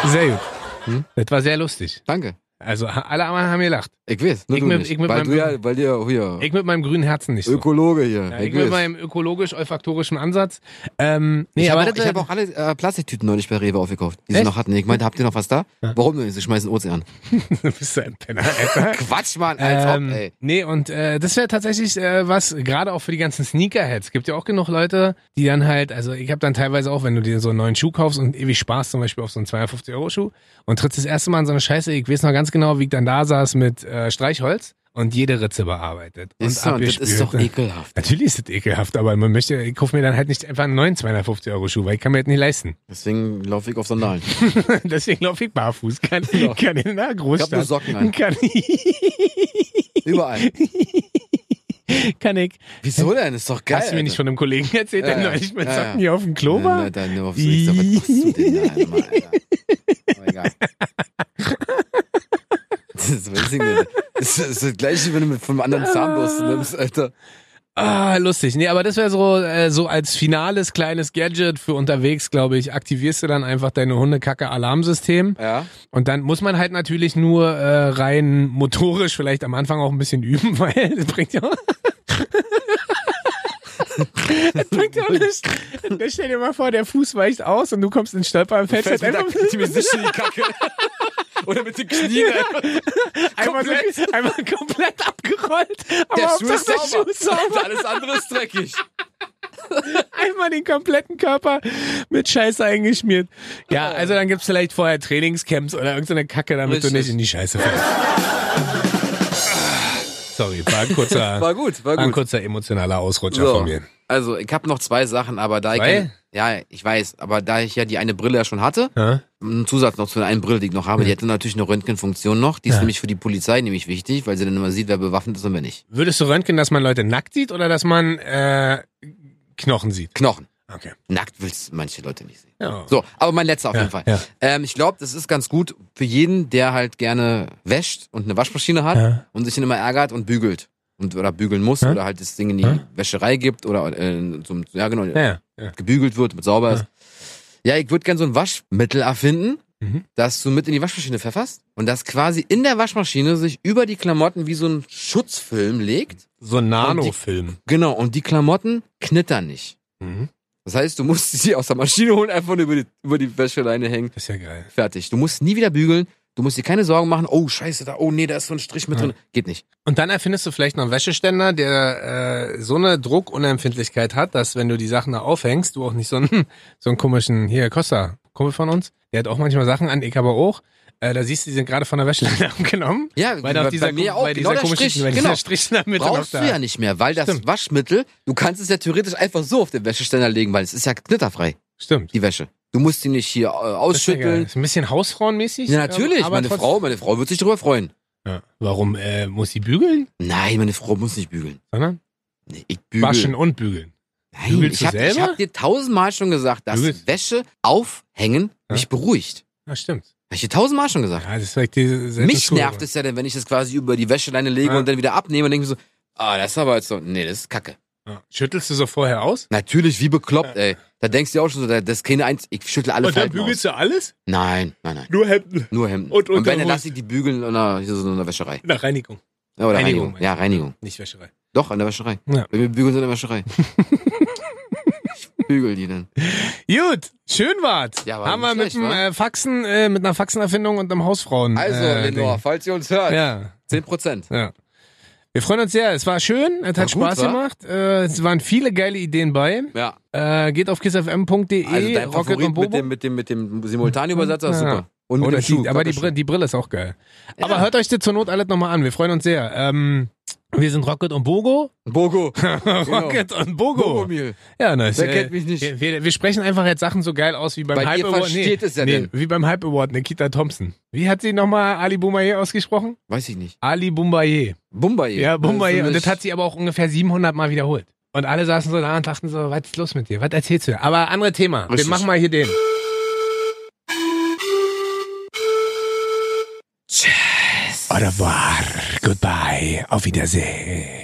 [SPEAKER 1] Sehr gut.
[SPEAKER 2] Hm?
[SPEAKER 1] Das war sehr lustig.
[SPEAKER 2] Danke.
[SPEAKER 1] Also ha- alle anderen haben gelacht.
[SPEAKER 2] Ich weiß, nur
[SPEAKER 1] Ich
[SPEAKER 2] du
[SPEAKER 1] mit-
[SPEAKER 2] nicht.
[SPEAKER 1] ich mit
[SPEAKER 2] weil
[SPEAKER 1] meinem-
[SPEAKER 2] du ja, weil dir hier
[SPEAKER 1] Ich mit meinem grünen Herzen nicht so.
[SPEAKER 2] Ökologe hier.
[SPEAKER 1] Ja,
[SPEAKER 2] ich
[SPEAKER 1] ich mit
[SPEAKER 2] weiß.
[SPEAKER 1] meinem ökologisch-olfaktorischen Ansatz. Ähm, nee,
[SPEAKER 2] ich
[SPEAKER 1] aber
[SPEAKER 2] habe auch,
[SPEAKER 1] das-
[SPEAKER 2] ich hab auch alle äh, Plastiktüten neulich bei Rewe aufgekauft, die sie
[SPEAKER 1] Echt?
[SPEAKER 2] noch hatten. Ich meinte, habt ihr noch was da? Warum denn? Sie schmeißen den Ozean.
[SPEAKER 1] du bist ein Penner, Alter.
[SPEAKER 2] Quatsch, Mann, als
[SPEAKER 1] Ähm,
[SPEAKER 2] ob, ey.
[SPEAKER 1] Nee, und äh, das wäre tatsächlich äh, was, gerade auch für die ganzen Sneakerheads. Gibt ja auch genug Leute, die dann halt, also ich habe dann teilweise auch, wenn du dir so einen neuen Schuh kaufst und ewig sparst, zum Beispiel auf so einen 250-Euro-Schuh und trittst das erste Mal in so eine Scheiße, ich weiß noch ganz genau, wie ich dann da saß mit äh, Streichholz und jede Ritze bearbeitet.
[SPEAKER 2] Ist
[SPEAKER 1] und
[SPEAKER 2] so, das ist doch
[SPEAKER 1] abgespült.
[SPEAKER 2] ekelhaft.
[SPEAKER 1] Natürlich ist das ekelhaft, aber man möchte, ich kaufe mir dann halt nicht einfach einen neuen 250-Euro-Schuh, weil ich kann mir das nicht leisten.
[SPEAKER 2] Deswegen laufe ich auf Sandalen.
[SPEAKER 1] Deswegen laufe ich barfuß, kann,
[SPEAKER 2] Ja.
[SPEAKER 1] kann in einer Großstadt.
[SPEAKER 2] nur Socken an.
[SPEAKER 1] Kann,
[SPEAKER 2] Überall.
[SPEAKER 1] kann ich.
[SPEAKER 2] Wieso denn? Ist doch geil.
[SPEAKER 1] Hast du mir nicht von einem Kollegen erzählt,
[SPEAKER 2] Ja,
[SPEAKER 1] der
[SPEAKER 2] ja.
[SPEAKER 1] neulich mit
[SPEAKER 2] Ja, ja.
[SPEAKER 1] Socken hier auf dem Klo war?
[SPEAKER 2] Nein, nein, nein, auf so nichts, aber was machst du denn da? Alter, Mann, Alter? Oh, egal. Das ist, was ist denn das? das ist das gleiche, wenn du mit vom anderen Zahnbürste nimmst, Alter.
[SPEAKER 1] Ah, lustig. Nee, aber das wäre so, äh, so als finales kleines Gadget für unterwegs, glaube ich. Aktivierst du dann einfach deine Hundekacke-Alarmsystem.
[SPEAKER 2] Ja.
[SPEAKER 1] Und dann muss man halt natürlich nur äh, rein motorisch vielleicht am Anfang auch ein bisschen üben, weil das bringt ja auch. das bringt ja auch nicht. Das Stell dir mal vor, der Fuß weicht aus und du kommst ins Stolpern, fällst, fällst
[SPEAKER 2] Fällst mit
[SPEAKER 1] halt
[SPEAKER 2] der
[SPEAKER 1] einfach
[SPEAKER 2] Optimistische in die Kacke. Oder mit den Knien, Alter.
[SPEAKER 1] einmal, so,
[SPEAKER 2] komplett.
[SPEAKER 1] einmal komplett abgerollt. Aber
[SPEAKER 2] Der
[SPEAKER 1] Hauptsache
[SPEAKER 2] Schuh ist
[SPEAKER 1] der
[SPEAKER 2] sauber.
[SPEAKER 1] Schuh ist sauber.
[SPEAKER 2] Alles andere ist dreckig.
[SPEAKER 1] Einmal den kompletten Körper mit Scheiße eingeschmiert. Ja,
[SPEAKER 2] Oh.
[SPEAKER 1] also dann gibt's vielleicht vorher Trainingscamps oder irgendeine Kacke, damit du
[SPEAKER 2] Richtig.
[SPEAKER 1] nicht in die Scheiße fällst. Sorry, war ein kurzer,
[SPEAKER 2] War gut, war
[SPEAKER 1] war ein
[SPEAKER 2] gut.
[SPEAKER 1] kurzer emotionaler Ausrutscher von mir.
[SPEAKER 2] Also, ich habe noch zwei Sachen, aber da ich
[SPEAKER 1] Zwei?
[SPEAKER 2] keine- ja, ich weiß, aber da ich ja die eine Brille ja schon hatte,
[SPEAKER 1] Ja?
[SPEAKER 2] einen Zusatz noch zu einer einen Brille, die ich noch habe, die hätte natürlich eine Röntgenfunktion noch, die ist nämlich für die Polizei nämlich wichtig, weil sie dann immer sieht, wer bewaffnet ist und wer nicht.
[SPEAKER 1] Würdest du röntgen, dass man Leute nackt sieht oder dass man äh, Knochen sieht?
[SPEAKER 2] Knochen.
[SPEAKER 1] Okay.
[SPEAKER 2] Nackt willst du manche Leute nicht sehen.
[SPEAKER 1] Ja.
[SPEAKER 2] So, aber mein letzter auf
[SPEAKER 1] Ja,
[SPEAKER 2] jeden Fall.
[SPEAKER 1] ja.
[SPEAKER 2] Ähm, ich glaube, das ist ganz gut für jeden, der halt gerne wäscht und eine Waschmaschine hat
[SPEAKER 1] Ja.
[SPEAKER 2] und sich dann immer ärgert und bügelt. Und, oder bügeln muss oder halt das Ding in die
[SPEAKER 1] Ja.
[SPEAKER 2] Wäscherei gibt oder äh, zum, ja genau,
[SPEAKER 1] Ja, ja.
[SPEAKER 2] gebügelt wird, mit sauber
[SPEAKER 1] Ja.
[SPEAKER 2] ist. Ja, ich würde gern so ein Waschmittel erfinden,
[SPEAKER 1] Mhm.
[SPEAKER 2] das du mit in die Waschmaschine pfefferst und das quasi in der Waschmaschine sich über die Klamotten wie so ein Schutzfilm legt.
[SPEAKER 1] So ein Nanofilm.
[SPEAKER 2] Genau, und die Klamotten knittern nicht.
[SPEAKER 1] Mhm.
[SPEAKER 2] Das heißt, du musst sie aus der Maschine holen, einfach nur über die, über die Wäscheleine hängen.
[SPEAKER 1] Das ist ja geil.
[SPEAKER 2] Fertig. Du musst nie wieder bügeln. Du musst dir keine Sorgen machen. Oh, scheiße, da, oh nee, da ist so ein Strich mit
[SPEAKER 1] Ja.
[SPEAKER 2] drin. Geht nicht.
[SPEAKER 1] Und dann erfindest du vielleicht noch einen Wäscheständer, der äh, so eine Druckunempfindlichkeit hat, dass wenn du die Sachen da aufhängst, du auch nicht so einen, so einen komischen, hier, Costa, Kumpel von uns, der hat auch manchmal Sachen an, ich aber auch. Äh, da siehst du, die sind gerade von der Wäscheleine abgenommen.
[SPEAKER 2] Ja,
[SPEAKER 1] Weil da auf dieser, weil
[SPEAKER 2] genau
[SPEAKER 1] dieser komische, weil dieser Strich in der Mitte noch
[SPEAKER 2] Brauchst
[SPEAKER 1] da.
[SPEAKER 2] du ja nicht mehr, weil das
[SPEAKER 1] Stimmt.
[SPEAKER 2] Waschmittel, du kannst es ja theoretisch einfach so auf den Wäscheständer legen, weil es ist ja knitterfrei,
[SPEAKER 1] Stimmt.
[SPEAKER 2] die Wäsche. Du musst die nicht hier äh,
[SPEAKER 1] Das ist ja geil.
[SPEAKER 2] ausschütteln.
[SPEAKER 1] Ist ein bisschen hausfrauenmäßig.
[SPEAKER 2] Ja, natürlich,
[SPEAKER 1] ähm, aber
[SPEAKER 2] meine
[SPEAKER 1] trotz-
[SPEAKER 2] Frau, meine Frau wird sich drüber freuen.
[SPEAKER 1] Ja. Warum äh, muss sie bügeln?
[SPEAKER 2] Nein, meine Frau muss nicht bügeln.
[SPEAKER 1] Sondern
[SPEAKER 2] Nee, ich bügel.
[SPEAKER 1] waschen und bügeln.
[SPEAKER 2] Nein,
[SPEAKER 1] Bügelst
[SPEAKER 2] ich
[SPEAKER 1] du
[SPEAKER 2] habe
[SPEAKER 1] selber?
[SPEAKER 2] hab dir tausendmal schon gesagt, dass
[SPEAKER 1] Bügelst.
[SPEAKER 2] Wäsche aufhängen
[SPEAKER 1] Ja.
[SPEAKER 2] mich beruhigt.
[SPEAKER 1] Ja, stimmt.
[SPEAKER 2] Hab ich dir tausendmal schon gesagt.
[SPEAKER 1] Ja, das ist halt vielleicht diese
[SPEAKER 2] mich nervt es ja dann, wenn ich das quasi über die Wäscheleine lege
[SPEAKER 1] Ja.
[SPEAKER 2] und dann wieder abnehme und denke mir so, ah, das ist aber jetzt so, nee, das ist kacke.
[SPEAKER 1] Ja. Schüttelst du so vorher aus?
[SPEAKER 2] Natürlich, wie bekloppt, ey. Da denkst du dir auch schon so, da- das ist keine Eins. Ich schüttle alle
[SPEAKER 1] Und dann
[SPEAKER 2] Falten
[SPEAKER 1] bügelst
[SPEAKER 2] aus.
[SPEAKER 1] du alles?
[SPEAKER 2] Nein, nein, nein.
[SPEAKER 1] Nur halt Hemden.
[SPEAKER 2] Nur Hemden.
[SPEAKER 1] Und
[SPEAKER 2] Und, wenn, dann
[SPEAKER 1] Unterhose.
[SPEAKER 2] lasse ich die bügeln in einer, hier so in einer Wäscherei.
[SPEAKER 1] Nach Reinigung.
[SPEAKER 2] Ja, Oder
[SPEAKER 1] Reinigung,
[SPEAKER 2] Reinigung. Ja, Reinigung.
[SPEAKER 1] Nicht Wäscherei.
[SPEAKER 2] Doch, an der Wäscherei.
[SPEAKER 1] Ja.
[SPEAKER 2] Wenn wir bügeln, sind in der Wäscherei. ich Bügel die dann.
[SPEAKER 1] Gut, schön war's.
[SPEAKER 2] Ja, war
[SPEAKER 1] Haben wir
[SPEAKER 2] nicht
[SPEAKER 1] mit,
[SPEAKER 2] schlecht,
[SPEAKER 1] einem,
[SPEAKER 2] wa?
[SPEAKER 1] äh, Faxen, äh, mit einer Faxenerfindung und einem Hausfrauen.
[SPEAKER 2] Also,
[SPEAKER 1] äh,
[SPEAKER 2] Lenore, falls ihr uns hört,
[SPEAKER 1] Ding. Ja,
[SPEAKER 2] 10 Prozent.
[SPEAKER 1] ja. Wir freuen uns sehr. Es war schön, es hat
[SPEAKER 2] gut,
[SPEAKER 1] Spaß
[SPEAKER 2] wa?
[SPEAKER 1] gemacht. Äh, es waren viele geile Ideen bei.
[SPEAKER 2] Ja,
[SPEAKER 1] Äh, geht auf kissfm.de,
[SPEAKER 2] also dein
[SPEAKER 1] Eh, Rocket und
[SPEAKER 2] Favorit
[SPEAKER 1] Bobo.
[SPEAKER 2] mit dem, mit dem, mit dem Simultanübersetzer ist
[SPEAKER 1] Ja.
[SPEAKER 2] super. Und mit
[SPEAKER 1] Oder
[SPEAKER 2] dem Schuh,
[SPEAKER 1] die, aber die,
[SPEAKER 2] Doppelschuh.
[SPEAKER 1] Brille, die Brille ist auch geil. Aber hört euch das zur Not alles nochmal an. Wir freuen uns sehr. Ähm, wir sind Rocket und Bogo.
[SPEAKER 2] Bogo.
[SPEAKER 1] Rocket und Bogo.
[SPEAKER 2] Bogomil.
[SPEAKER 1] Ja, nice.
[SPEAKER 2] Wer
[SPEAKER 1] Äh,
[SPEAKER 2] kennt mich nicht?
[SPEAKER 1] Wir, wir, wir sprechen einfach jetzt Sachen so geil aus wie beim
[SPEAKER 2] Weil
[SPEAKER 1] Hype
[SPEAKER 2] ihr
[SPEAKER 1] Award.
[SPEAKER 2] versteht es ja denn.
[SPEAKER 1] Wie beim Hype Award, Nikita Thompson. Wie hat sie nochmal Ali Boumaier ausgesprochen?
[SPEAKER 2] Weiß ich nicht.
[SPEAKER 1] Ali Boumaier.
[SPEAKER 2] Bombay.
[SPEAKER 1] Ja, Boumaier.
[SPEAKER 2] Das
[SPEAKER 1] Und
[SPEAKER 2] ist
[SPEAKER 1] das
[SPEAKER 2] so
[SPEAKER 1] hat sie aber auch ungefähr 700 Mal wiederholt. Und alle saßen so da und dachten so, was ist los mit dir? Was erzählst du? da? Aber andere Thema. Wir
[SPEAKER 2] Richtig.
[SPEAKER 1] machen mal hier den.
[SPEAKER 2] Chess.
[SPEAKER 1] Au revoir. Goodbye. Auf Wiedersehen.